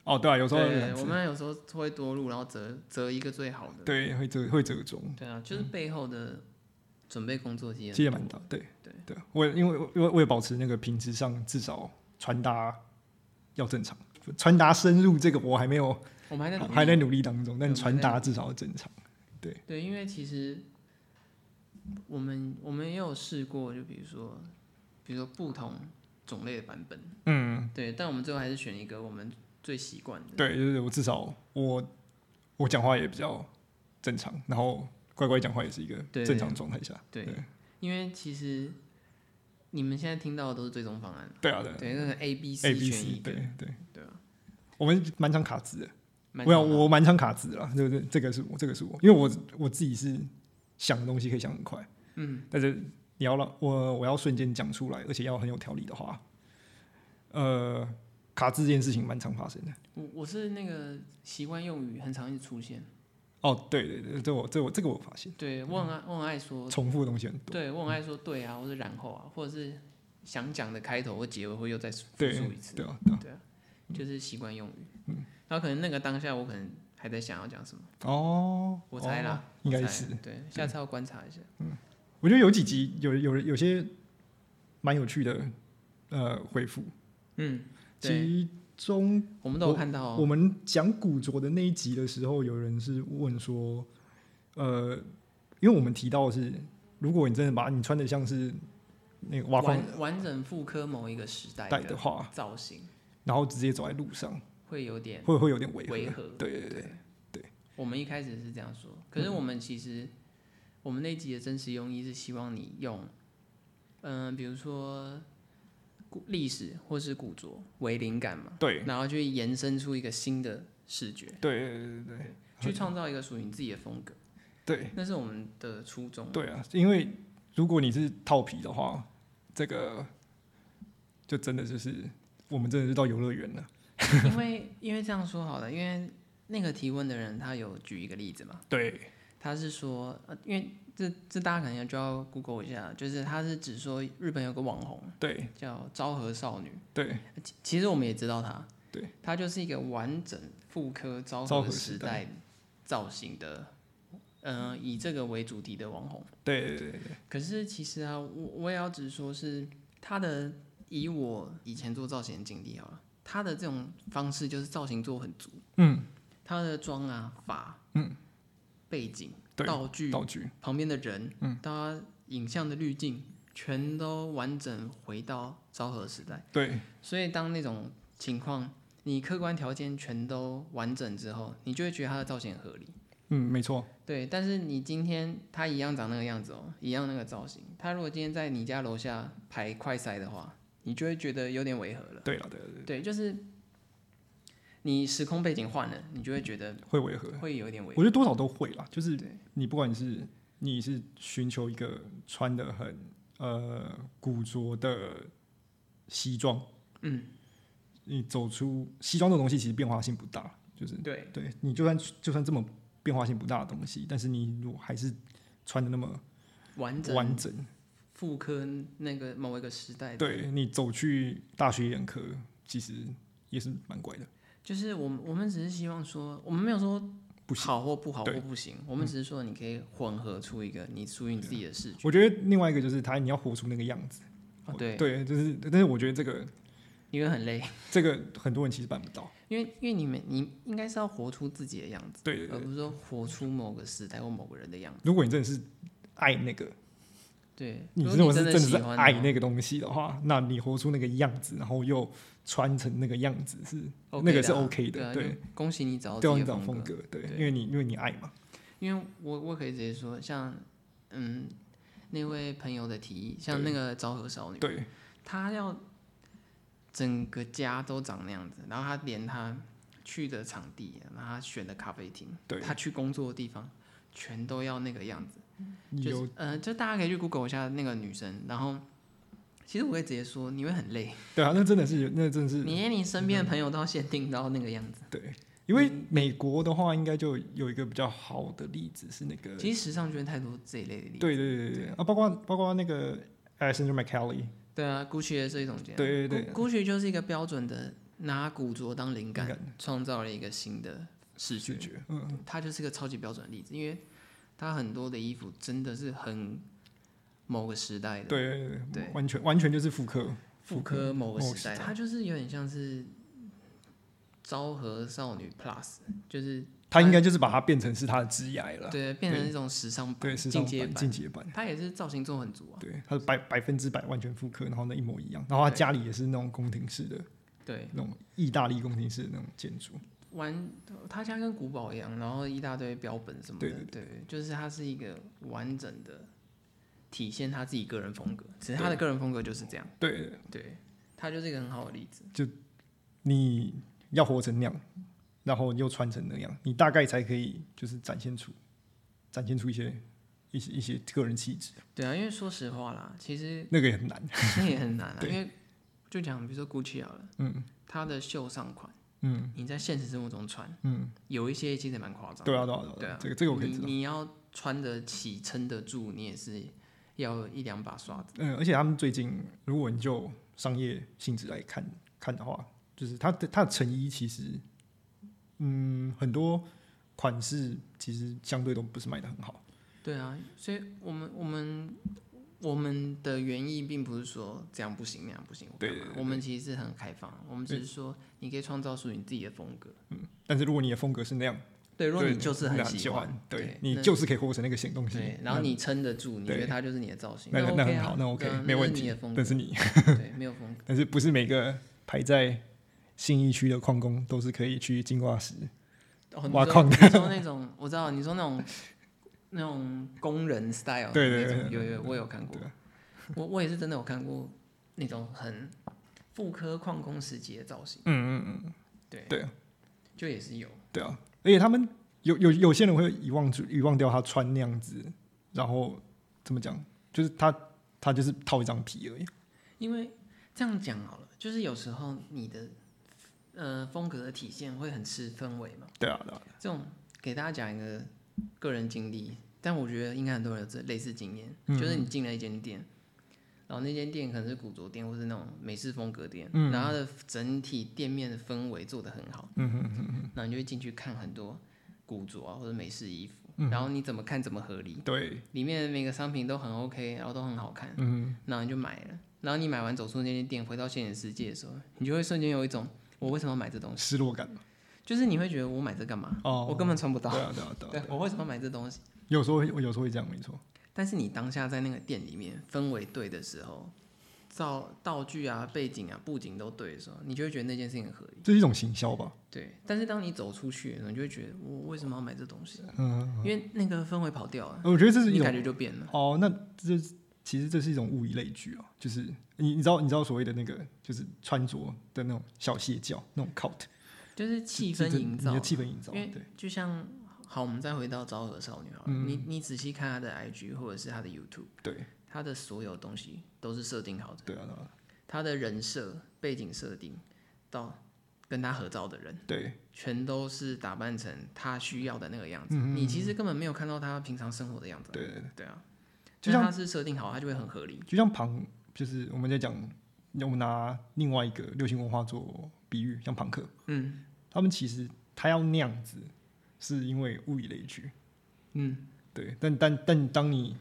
A: 哦，对啊，有时候
B: 对，
A: 两
B: 我
A: 次
B: 们有时候会多录，然后择择一个最好的。
A: 对会折会折中。
B: 对啊，就是背后的准备工作也
A: 其
B: 很
A: 实也蛮大，对
B: 对
A: 对，我也因为因为为了保持那个品质上至少传达要正常，传达深入这个我还没有
B: 我们还在努力
A: 还在努力当中，
B: 对我
A: 但
B: 们
A: 传
B: 还
A: 达至少要正常。
B: 对，因为其实我们我们也有试过，就比如说比如说不同种类的版本，
A: 嗯，
B: 对，但我们最后还是选一个我们最习惯的。
A: 对，就是我至少我我讲话也比较正常，然后乖乖讲话也是一个
B: 对
A: 正常状态下。
B: 对，因为其实你们现在听到的都是最终方案，
A: 对啊，对
B: 对，那个 A、B、
A: ，A、
B: C
A: B、
B: 选
A: C，
B: 一个，
A: 对对
B: 对啊。
A: 我们蛮常卡字的，
B: 蛮
A: 我
B: 重要
A: 想
B: 的
A: 我蛮常卡字啦，对不对？这个是我，这个是我，因为我我自己是想的东西可以想很快，
B: 嗯，
A: 但是你要让我我要瞬间讲出来，而且要很有条理的话，呃，卡字这件事情蛮常发生的。
B: 我我是那个习惯用语很常一直出现，
A: 哦，对对对，这我这我这个我发现，
B: 对，我很爱我很爱说
A: 重复的东西很多。
B: 对，我很爱说对啊，或是然后啊，或者是想讲的开头或结尾会又再复
A: 对
B: 述一次，
A: 对啊，对嗯啊。
B: 就是习惯用语。然后可能那个当下我可能还在想要讲什么，
A: 哦，
B: 我猜啦，
A: 哦应该
B: 我猜
A: 是。
B: 对，下次要观察一下。
A: 我觉得有几集有有有些蛮有趣的呃回复，
B: 嗯，对，
A: 其中
B: 我们都有看到
A: 我
B: 哦，
A: 们讲古着的那一集的时候，有人是问说，呃，因为我们提到的是，如果你真的把你穿的像是那个挖矿
B: 完完整复刻某一个时代
A: 带的
B: 的
A: 话，
B: 造型，
A: 然后直接走在路上，
B: 会有点
A: 会会有点违和。
B: 违和。
A: 对对对，嗯
B: 我们一开始是这样说，可是我们其实、我们那集的真实用意是希望你用，嗯、比如说古历史或是古着为灵感嘛，
A: 对
B: 然后去延伸出一个新的视觉，
A: 对对对对
B: 去创造一个属于你自己的风格，
A: 对
B: 那是我们的初衷。
A: 对啊！因为如果你是套皮的话，这个就真的就是我们真的是到游乐园了。
B: 因为因为这样说好了，因为那个提问的人他有举一个例子嘛，
A: 对，
B: 他是说，呃、因为这这大家可能就要 Google 一下，就是他是指说日本有个网红
A: 对
B: 叫昭和少女。
A: 对，
B: 其其实我们也知道他，
A: 对，
B: 他就是一个完整复刻昭
A: 昭
B: 和
A: 和
B: 时
A: 时
B: 代造型的，嗯、以这个为主题的网红。
A: 对对对对
B: 可是其实啊，我我也要只说是他的，以我以前做造型的经历好了，他的这种方式就是造型做很足，
A: 嗯，
B: 他的妆啊、发，
A: 嗯，
B: 背景、
A: 对
B: 道具、
A: 道具，
B: 旁边的人，嗯，他影像的滤镜，全都完整回到昭和时代。
A: 对
B: 所以当那种情况，你客观条件全都完整之后，你就会觉得它的造型很合理。
A: 嗯，没错，
B: 对，但是你今天它一样长那个样子哦，一样那个造型，它如果今天在你家楼下排快塞的话，你就会觉得有点违和了。
A: 对了，对了对
B: 对，就是你时空背景换了，你就会觉得
A: 了，会违和，
B: 会有点违
A: 我觉得多少都会啦。就是
B: 对
A: 你不管是你是寻求一个穿的很呃古着的西装，
B: 嗯，
A: 你走出西装这种东西，其实变化性不大，就是
B: 对
A: 对你就算就算这么变化性不大的东西，但是你如果还是穿的那么
B: 完整
A: 完整，
B: 复刻那个某一个时代的
A: 对你走去大学眼科，其实也是蛮怪的，
B: 就是我们我们只是希望说，我们没有说
A: 不行。
B: 好或不好
A: 对嗯
B: 或不行，我们只是说你可以混合出一个你属于你自己的视觉。
A: 我觉得另外一个就是他，你要活出那个样子。
B: 哦，对，
A: 对，就是，但是我觉得这个
B: 因为很累，
A: 这个很多人其实办不到。
B: 因为因为你们你应该是要活出自己的样子，
A: 对对
B: 而
A: 对，
B: 不是说活出某个时代或某个人的样子。
A: 如果你真的是爱那个，
B: 对，
A: 你
B: 如
A: 如
B: 果
A: 果是
B: 真
A: 真
B: 的
A: 的
B: 喜
A: 是
B: 欢
A: 爱
B: 的话
A: 那个东西的话，那你活出那个样子，然后又穿成那个样子是那个是 OK 的
B: 的啊，
A: 对
B: 啊，就恭喜你找到
A: 对
B: 自
A: 你
B: 己
A: 这种
B: 的
A: 风
B: 格。
A: 格，对，
B: 对
A: 因为你因为你爱嘛，
B: 因为我我可以直接说，像嗯那位朋友的提议，像那个昭和少女，
A: 对
B: 她要整个家都长那样子，然后她连她去的场地，然后她选的咖啡厅，
A: 对，
B: 她去工作的地方，全都要那个样子。
A: 你嗯
B: 就
A: 有
B: 是呃，就大家可以去 Google 一下那个女生，然后其实我会直接说，你会很累，
A: 对啊，那真的是有那真的是
B: 你连你身边的朋友都要限定到那个样子。
A: 对，因为美国的话应该就有一个比较好的例子是那个，
B: 其实时尚圈太多这一类的
A: 嗯
B: 例子，
A: 对对对对对啊，包括包括那个 Alexander McCallie，
B: 对啊，GUCCI 也是一种这样，
A: 对对对
B: g u c c i 就是一个标准的拿古着当灵
A: 灵
B: 感，创造了一个新的视
A: 视
B: 觉，
A: 觉，嗯，
B: 它就是一个超级标准的例子，因为它很多的衣服真的是很某个时代的，
A: 对对对
B: 对
A: 完全完全就是复刻，
B: 妇科某个
A: 某个
B: 时
A: 时
B: 代，
A: 代
B: 它就是有点像是昭和少女 Plus，就是
A: 他应该就是把它变成是他的枝芽了，
B: 对变成一种时尚版、
A: 对，时
B: 进
A: 尚
B: 阶
A: 版
B: 版
A: 进，阶版。
B: 它也是造型做很足啊，
A: 对，它是百百分之百完全复刻，然后那一模一样，然后他
B: 对
A: 家里也是那种宫廷式的
B: 对，
A: 那种意大利宫廷式的那种建筑，
B: 完，他家跟古堡一样，然后一大堆标本什么的，
A: 对
B: 就是他是一个完整的体现他自己个人风格，只是他的个人风格就是这样，
A: 对，
B: 对，他就是一个很好的例子，
A: 你要活成那样，然后又穿成那样，你大概才可以就是展现出展现出一些一些一些个人气质，
B: 对啊，因为说实话啦，其实
A: 那个也很难。
B: 那也很难啊，因
A: 对
B: 为就讲比如说 GUCCI 好了，
A: 嗯
B: 它的袖上款，
A: 嗯
B: 你在现实生活中穿，
A: 嗯，
B: 有一些其实蛮夸张的，
A: 对啊对啊
B: 对
A: 对
B: 啊
A: 啊，这个这个我可以
B: 你
A: 知道。
B: 你要穿得起、撑得住，你也是要有一两把刷子，
A: 嗯，而且他们最近如果你就商业性质来看看的话，就是它的它的成衣其实，嗯，很多款式其实相对都不是卖的很好。
B: 对啊，所以我们我们我们的原意并不是说这样不行那样不行，我干嘛
A: 对对对
B: 我们其实是很开放，我们只是说你可以创造属于你自己的风格。
A: 但是如果你的风格是那样，
B: 对，如果
A: 对
B: 你就是
A: 那
B: 很
A: 很
B: 喜
A: 欢，对
B: 对，
A: 你
B: 那
A: 就是可以活成那个显东西
B: 对，，然后你撑得住，你
A: 对
B: 觉得它就是你的造型，
A: 那那那
B: OK
A: 很
B: 啊
A: 好，那 OK
B: 对啊
A: 没问
B: 那是你
A: 题
B: 的风，格
A: 但是你
B: 对没有风格，
A: 但是不是每个排在信义区的矿工都是可以去进化石？
B: 哦你
A: 挖
B: 说
A: 矿
B: 你说那种我知道，你说那种那种工人 style，
A: 对对
B: 那种
A: 对对
B: 有有我有看过
A: 对啊，
B: 我我也是真的有看过那种很妇科矿工时期的造型，
A: 嗯嗯嗯，
B: 对
A: 对啊
B: 就也是有。
A: 对啊，而且他们有有有些人会遗忘住遗忘掉他穿那样子，然后怎么讲，就是他他就是套一张皮而已。
B: 因为这样讲好了，就是有时候你的呃风格的体现会很吃氛围嘛。
A: 对啊对啊，
B: 这种给大家讲一个个人经历，但我觉得应该很多人有这类似经验，
A: 嗯
B: 就是你进了一间店，然后那间店可能是古着店或是那种美式风格店，
A: 嗯
B: 然后它的整体店面的氛围做得很好，
A: 嗯哼嗯哼，
B: 然后你就会进去看很多古着啊或者美式衣服，
A: 嗯
B: 然后你怎么看怎么合理，
A: 对，
B: 里面的每个商品都很 OK，然后都很好看，
A: 嗯
B: 然后你就买了，然后你买完走出那间店，回到现实世界的时候，你就会瞬间有一种我为什么要买这东
A: 哼，
B: 西？
A: 失落感嘛。
B: 就是你会觉得我买这干嘛？
A: 哦
B: 我根本穿不到。
A: 对啊对啊对啊，
B: 对，我为什么要买这东西？
A: 有时候会我有时候会这样，没错。
B: 但是你当下在那个店里面氛围对的时候，造道具啊、背景啊、布景都对的时候，你就会觉得那件事情很合理。
A: 这是一种行销吧？
B: 对，但是当你走出去的时候，你就会觉得我为什么要买这东西？
A: 嗯，呃
B: 因为那个氛围跑掉了，
A: 我觉得这是一
B: 你
A: 种
B: 感觉就变了。
A: 哦，那这是其实这是一种物以类聚啊，就是你你知道你知道所谓的那个就是穿着的那种小邪教那种 cult
B: 就是气
A: 这
B: 氛
A: 这
B: 营造
A: 你的
B: 啊，
A: 气氛营造，
B: 因为
A: 对
B: 就像好，我们再回到昭和少女好了，
A: 嗯
B: 你你仔细看她的 IG 或者是她的 YouTube，
A: 对
B: 她的所有东西都是设定好的，
A: 对啊对啊
B: 她的人设、背景设定到跟她合照的人，
A: 对，
B: 全都是打扮成她需要的那个样
A: 嗯
B: 子。你其实根本没有看到她平常生活的样子啊。
A: 对对
B: 对啊，
A: 就
B: 但
A: 像
B: 她是设定好，她就会很合理。
A: 就像庞就是我们在讲，我们拿另外一个流行文化做比喻，像庞克，
B: 嗯
A: 他们其实他要那样子，是因为物以类聚，
B: 嗯，
A: 对，但但但当你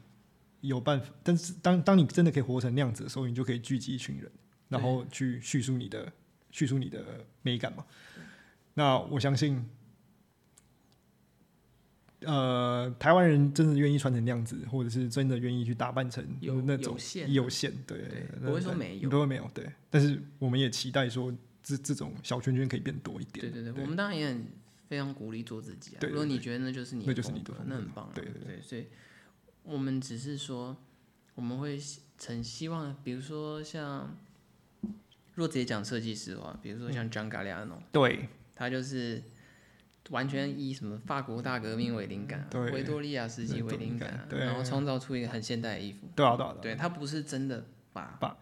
A: 有办法，但是当当你真的可以活成那样子的时候，你就可以聚集一群人，然后去叙述你的叙述你的美感嘛。那我相信呃，台湾人真的愿意穿成那样子，或者是真的愿意去打扮成
B: 有
A: 那种
B: 有限
A: 有限，对
B: 对
A: 对，
B: 不会说没有
A: 不会没有，对。但是我们也期待说这这种小圈圈可以变多一点，
B: 对对对，我们当然也很非常鼓励做自己啊。
A: 对对
B: 如果你觉得那就是你
A: 那就是你的
B: 格
A: 风
B: 那
A: 格
B: 很棒、啊。
A: 对对
B: 对所以我们只是说我们会很希望，比如说像若直接讲设计师的话，比如说
A: 嗯
B: 像 John Galliano，、
A: 对
B: 他就是完全以什么法国大革命为灵感啊、
A: 对
B: 维多利亚时期
A: 维多
B: 为
A: 利
B: 灵
A: 亚
B: 感啊，
A: 对
B: 然后创造出一个很现代的衣服。
A: 对啊对啊对啊
B: 对，他不是真的把
A: 把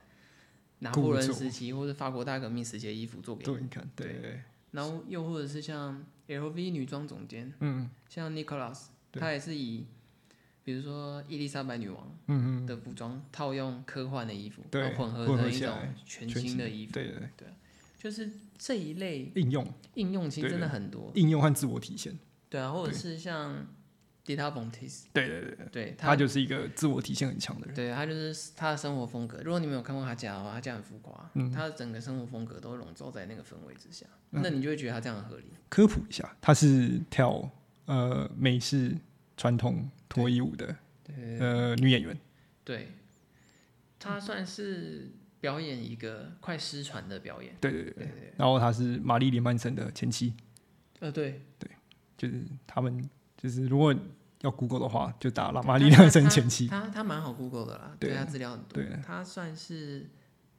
B: 拿破
A: 故
B: 仑
A: 作
B: 时期或者法国大革命时期的衣服做给你
A: 对，你看，对
B: 对
A: 对对
B: 然后又或者是像 LV 女装总监，
A: 嗯
B: 像 Nicholas，
A: 对
B: 他也是以比如说伊丽莎白女王
A: 嗯嗯，
B: 的服装套用科幻的衣服，
A: 对
B: 然后混合
A: 混合
B: 成一
A: 起
B: 种
A: 来
B: 全新的衣服，
A: 对对
B: 就是这一类
A: 对，应用
B: 应用其实
A: 对
B: 真的很多，
A: 应用和自我体现，
B: 对啊，或者是像 Dita Bontis，
A: 对对对，
B: 对
A: 他就是一个自我体现很强的人，
B: 对他就是他的生活风格。如果你没有看过他家的话，他家很浮夸，
A: 嗯
B: 他的整个生活风格都笼罩在那个氛围之下，那你就会觉得他这样很合理。
A: 科普一下，他是跳呃美式传统脱衣舞的
B: 对对
A: 呃女演员，
B: 对，
A: 嗯
B: 他算是表演一个快失传的表演。
A: 对对对
B: 对
A: 对。
B: 对，
A: 然后她是玛丽莲曼森的前妻，
B: 呃，对，
A: 就是他们就是如果要 Google 的话，就打了玛
B: 他
A: 丽莲森前妻。
B: 他他他蛮好 Google 的啦，
A: 对
B: 对他资料很多。
A: 对
B: 他算是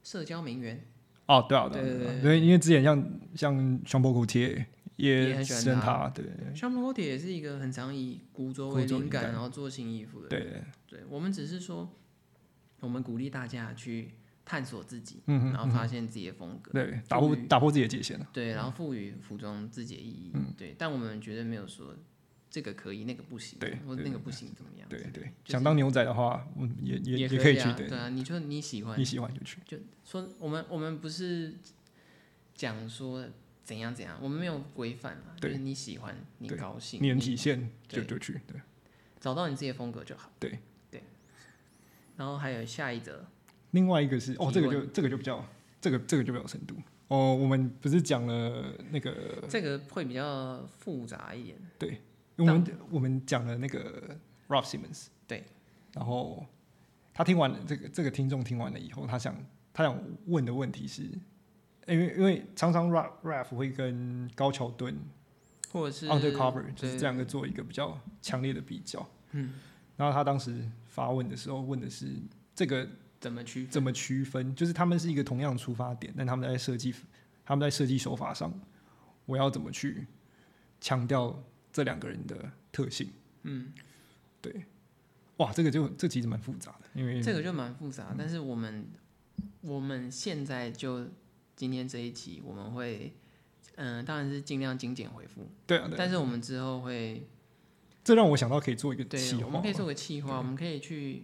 B: 社交名媛，
A: 哦，对啊，对啊
B: 对对
A: 对啊
B: 对
A: 对，因为之前像像香波古贴
B: 也很喜欢
A: 喜欢
B: 他
A: 他，对对
B: 像 m o t 也是一个很常以古着
A: 古
B: 为
A: 着
B: 灵
A: 灵
B: 感，
A: 感
B: 然后做新衣服的。
A: 对对，
B: 对，我们只是说，我们鼓励大家去探索自己，
A: 嗯哼
B: 然后发现自己的风格，
A: 对，嗯打破打破自己的界限了，
B: 对，然后赋予服装自己的意义，
A: 嗯
B: 对。但我们绝对没有说这个可以，那个不行，
A: 对
B: 或者
A: 对
B: 那个不行怎么样，
A: 对对。
B: 是
A: 想当牛仔的话，嗯，也也
B: 也
A: 也可以
B: 啊
A: 去，
B: 对
A: 对，
B: 啊，你就你喜欢
A: 你，喜欢就去，
B: 就说我们我们不是讲说怎样怎样，我们没有规范嘛，就
A: 对
B: 是你喜欢，你
A: 对
B: 高兴，
A: 你能体现就
B: 对
A: 就去，对，
B: 找到你自己的风格就好，
A: 对
B: 对。然后还有下一则，
A: 另外一个是哦，这个
B: 提
A: 就这个就比较这个这个就比较有深度哦。我们不是讲了那个，
B: 这个会比较复杂一点，
A: 我们我们讲了那个 Rob Simmons，
B: 对，
A: 然后他听完这个这个听众听完了以后，他想他想问的问题是，因为因为常常 Rap Rap 会跟高桥盾
B: 或者是
A: Undercover 哦就是
B: 对
A: 这两个做一个比较强烈的比较，嗯，然后他当时发问的时候问的是这个
B: 怎么区
A: 怎么区分？就是他们是一个同样的出发点，但他们在设计，他们在设计手法上，我要怎么去强调这两个人的特性？
B: 嗯，
A: 对，哇，这个就这其实蛮复杂的，因为
B: 这个就蛮复杂，但是我们我们现在就今天这一集我们会，嗯、当然是尽量精简回复，
A: 对啊，对啊
B: 但是我们之后会
A: 这让我想到可以做一个
B: 对，
A: 企
B: 我
A: 划
B: 们
A: 嘛
B: 可，以做个企划，我们可以去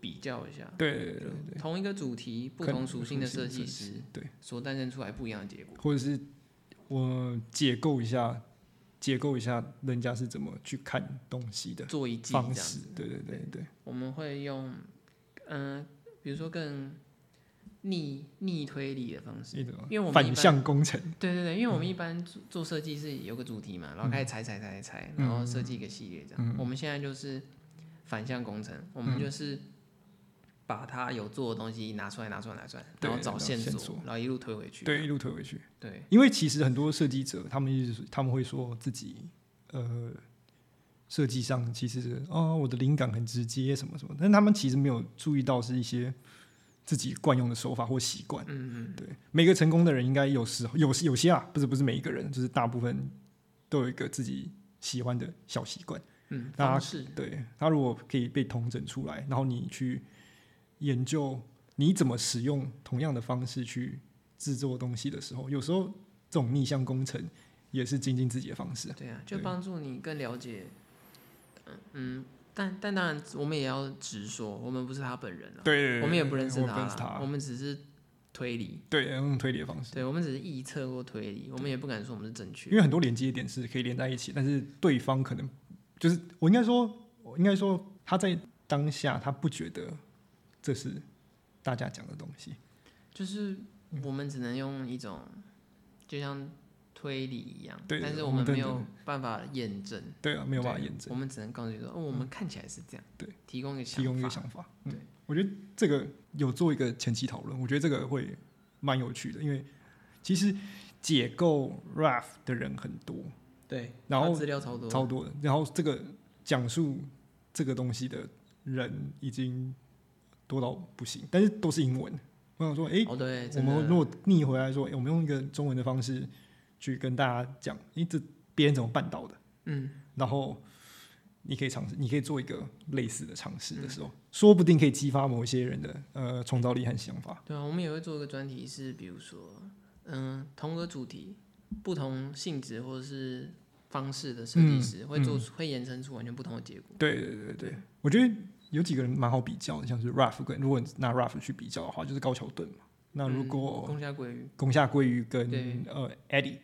B: 比较一下，
A: 对对对对，
B: 同一个主题不同属性的设计师
A: 对，
B: 所诞生出来不一样的结果。
A: 或者是我解构一下，解构一下人家是怎么去看东西的
B: 做一季这
A: 方
B: 样
A: 式
B: 子，，
A: 对对对对，
B: 我们会用嗯、比如说更逆逆推理的方式，
A: 一种
B: 因为我们一般
A: 反向工程，
B: 对对对，因为
A: 嗯
B: 我们一般做做设计是有个主题嘛，然后开始拆拆拆拆拆，然后设计一个系列这
A: 嗯
B: 样。我们现在就是反向工程，我们就是把它有做的东西拿出来拿出来拿出来，
A: 对
B: 然后找
A: 找
B: 线
A: 线索
B: 然后一路推回去。
A: 对，一路推回去。
B: 对
A: 因为其实很多设计者，他们一直他们会说自己呃设计上其实是哦我的灵感很直接什么什么，但他们其实没有注意到是一些自己惯用的手法或习惯。
B: 嗯嗯，
A: 对，每个成功的人应该有时候有有些啊，不是不是每一个人，就是大部分都有一个自己喜欢的小习惯。
B: 嗯，
A: 大家
B: 方式
A: 对，它如果可以被统整出来，然后你去研究你怎么使用同样的方式去制作东西的时候，有时候这种逆向工程也是精进自己的方式。
B: 对啊，就
A: 对
B: 帮助你更了解。嗯嗯，但但当然，我们也要直说，我们不是他本人啊，
A: 对
B: 我们也不认识
A: 我
B: 他
A: 不认识
B: 啦，我
A: 他。
B: 们只是推理，
A: 对，用推理的方式，
B: 对我们只是臆测或推理，我们也不敢说我们是正确
A: 因。为很多连接点是可以连在一起，但是对方可能就是我应该说，我应该说他在当下他不觉得这是大家讲的东西。
B: 就是我们只能用一种，就像推理一样，
A: 对
B: 但是
A: 我
B: 我
A: 们
B: 们
A: 真
B: 没
A: 的
B: 有办法验证，
A: 对啊，没有办法
B: 对
A: 验证，嗯
B: 我们只能告诉你说，哦，我们看起来是这样，
A: 对，
B: 提供一个
A: 提供一个
B: 法
A: 想法。嗯
B: 对，
A: 我觉得这个有做一个前期讨论，我觉得这个会蛮有趣的，因为其实解构 RAF 的人很多，
B: 对，
A: 然
B: 它
A: 后
B: 资料超多，
A: 超多的。然后这个讲述这个东西的人已经多到不行，但是都是英文。我想说，哎、
B: 哦对，
A: 我
B: 真的
A: 们如果逆回来说，诶我们用一个中文的方式去跟大家讲，诶，这别人怎么办到的？
B: 嗯，
A: 然后你可以尝试，你可以做一个类似的尝
B: 嗯
A: 试的时候，说不定可以激发某些人的呃创造力和想法。
B: 对啊，我们也会做一个专题，是比如说，嗯，同个主题、不同性质或者是方式的设计
A: 嗯
B: 师、会做出、会延伸出完全不同的结果。
A: 对对对对，我觉得有几个人蛮好比较的，像是 Raf 跟如果拿 Raf 去比较的话，就是高桥盾嘛。那如
B: 嗯
A: 果
B: 公家归于
A: 宫下鲑鱼跟
B: 对
A: 呃 Eddie，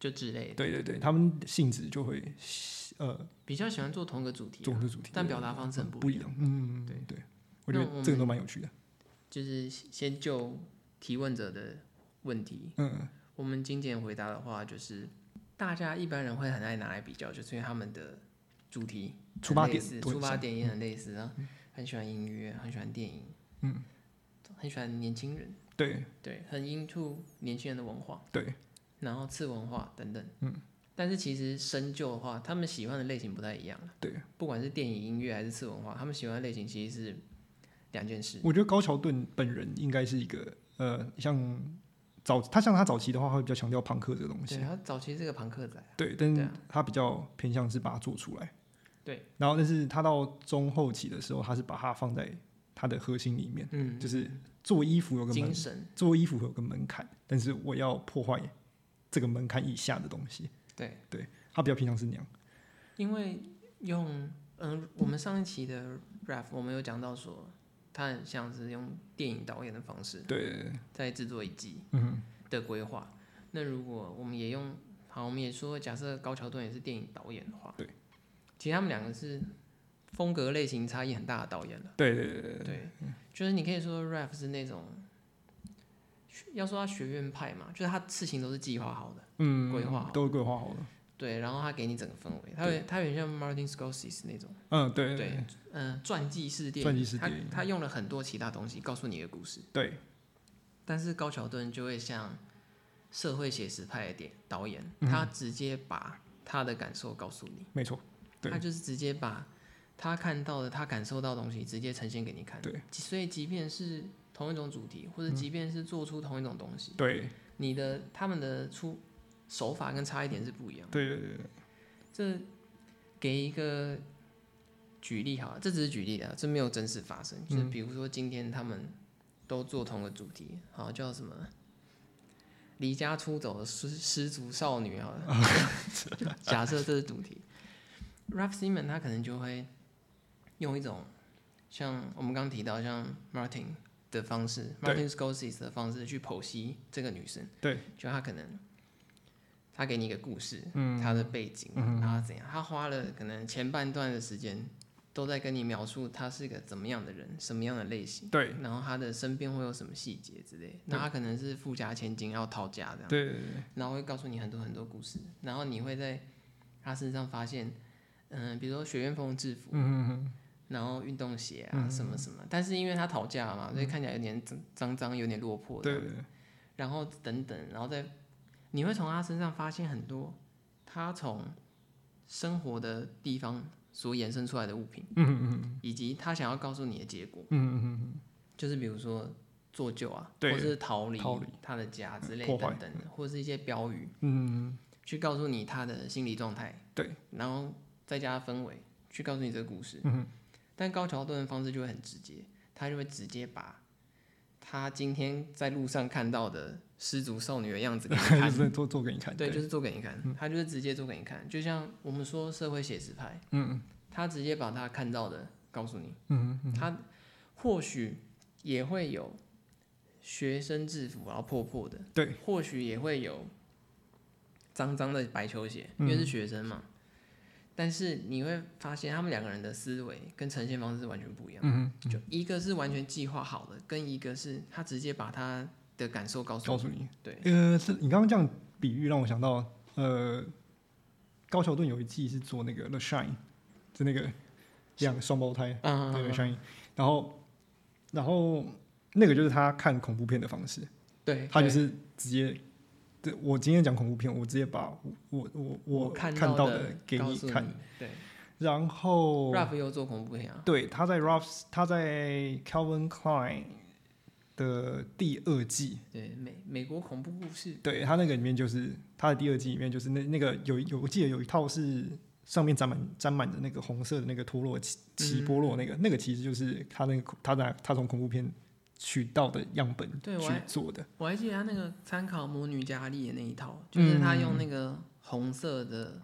B: 就之类的，
A: 对对对，他们性质就会呃
B: 比较喜欢做同一个主题啊、
A: 总的主题，
B: 但表达方式很
A: 不
B: 不
A: 一
B: 一样。
A: 样。嗯，
B: 对
A: 对，我觉
B: 那我
A: 得
B: 们
A: 这个都蛮有趣的。
B: 就是先就提问者的问题，
A: 嗯，
B: 我们精简回答的话，就是大家一般人会很爱拿来比较，就是因为他们的主题很
A: 出发点嗯
B: 类似
A: 都很
B: 出发
A: 像
B: 点也很类似啊，很喜欢音乐，很喜欢电影，
A: 嗯，
B: 很喜欢年轻人，
A: 对
B: 对，很 into 年轻人的文化，
A: 对，
B: 然后次文化等等，
A: 嗯。
B: 但是其实深究的话，他们喜欢的类型不太一样啊
A: 对，
B: 不管是电影、音乐还是次文化，他们喜欢的类型其实是两件事。
A: 我觉得高桥盾本人应该是一个呃，像早他像他早期的话，会比较强调朋克这个东
B: 对，
A: 西，
B: 他早期是个朋克仔，
A: 对，但
B: 对
A: 是
B: 啊
A: 他比较偏向是把它做出来，
B: 对，
A: 然后但是他到中后期的时候，他是把它放在他的核心里面，
B: 嗯，
A: 就是做衣服有个门
B: 精神，
A: 做衣服有个门槛，但是我要破坏这个门槛以下的东西。
B: 对。
A: 他比较偏向是那样，
B: 因为用嗯，我们上一期的 rap 我们有讲到说，他很像是用电影导演的方式
A: 对，
B: 在制作一季
A: 嗯，
B: 的规划。那如果我们也用好，我们也说，假设高桥盾也是电影导演的话，
A: 对，
B: 其实他们两个是风格类型差异很大的导演了。
A: 对对对对
B: 对，就是你可以说 rap 是那种。要说他学院派嘛，就是他事情都是计划好的，
A: 嗯，
B: 规划好
A: 都规划好了，
B: 对，然后他给你整个氛围，他有他有点像 Martin Scorsese 那种。
A: 嗯，对
B: 对
A: 对
B: 嗯，传记式电影，
A: 传记式电影
B: 他他用了很多其他东西告诉你一个故事，
A: 对，
B: 但是高桥盾就会像社会写实派的电导演，
A: 嗯
B: 他直接把他的感受告诉你，
A: 没错，对
B: 他就是直接把他看到的、他感受到的东西直接呈现给你看。
A: 对，嗯
B: 所以即便是同一种主题，或者即便是做出同一种东西，
A: 对
B: 你的他们的出手法跟差异点是不一样的。
A: 对对对对，
B: 这给一个举例好了，这只是举例的啊，这没有真实发生。就是
A: 嗯
B: 比如说今天他们都做同个主题，好叫什么？离家出走的失失足少女好了， 就假设这是主题，Rap Simon 他可能就会用一种像我们刚刚提到像 Martin 的方式
A: 对
B: ，Martin Scorsese 的方式去剖析这个女生。
A: 对，
B: 就他可能他给你一个故事，
A: 嗯
B: 他的背景，
A: 嗯
B: 然后怎样，他花了可能前半段的时间都在跟你描述他是一个怎么样的人，什么样的类型，
A: 对
B: 然后他的身边会有什么细节之类，那他可能是富家千金要讨价这样，
A: 对对对
B: 然后会告诉你很多很多故事，然后你会在他身上发现，嗯、比如说学院风的制服，
A: 嗯嗯嗯，
B: 然后运动鞋啊什么什么，但是因为他讨价嘛，所以看起来有点脏脏脏，有点落魄这
A: 嗯对
B: 样，
A: 对对
B: 然后等等，然后再你会从他身上发现很多他从生活的地方所衍生出来的物品，
A: 嗯嗯嗯
B: 以及他想要告诉你的结果，
A: 嗯嗯
B: 就是比如说做旧啊，
A: 对
B: 或是逃离
A: 逃离嗯
B: 他的家之类
A: 破
B: 等
A: 坏
B: 等的，或是一些标语，
A: 嗯嗯，
B: 去告诉你他的心理状态，
A: 对，
B: 然后再加氛围，去告诉你这个故事。
A: 嗯哼
B: 但高桥盾的方式就会很直接，他就会直接把他今天在路上看到的失足少女的样子给你
A: 就
B: 看，
A: 是做做给你看，
B: 对，就
A: 对，嗯
B: 是做给你看，他就是直接做给你看，就像我们说社会写实派，
A: 嗯
B: 他直接把他看到的告诉你，
A: 嗯嗯
B: 他或许也会有学生制服，然后破破的，
A: 对，
B: 或许也会有脏脏的白球鞋，
A: 嗯
B: 因为是学生嘛。但是你会发现，他们两个人的思维跟呈现方式是完全不一样的。
A: 嗯
B: 就一个是完全计划好的，跟一个是他直接把他的感受告诉
A: 告
B: 我。
A: 诉你。
B: 对，
A: 呃，是你刚刚这样比喻让我想到，呃，高桥盾有一季是做那个《The Shine》，就那个两双胞胎，
B: 啊
A: 对，《The Shine》，然后然后那个就是他看恐怖片的方式。
B: 对，
A: 他就是直接，对我今天讲恐怖片，我直接把我我我
B: 我
A: 看
B: 到
A: 的给
B: 告
A: 你
B: 诉
A: 看。
B: 你。对
A: 然后，
B: ，Ralph 又做恐怖片啊，
A: 对，他在 Ralph，他在 Calvin Klein 的第二季，
B: 对美美国恐怖故事，
A: 对他那个里面就是他的第二季里面就是那那个有有我记得有一套是上面沾满沾满着那个红色的那个陀螺起起波
B: 嗯
A: 落那个、那个其实就是他那个他在他从恐怖片取到的样本
B: 对我
A: 去
B: 还
A: 做的，
B: 我还记得他那个参考《魔女佳丽》的那一套，就是他用那个红色的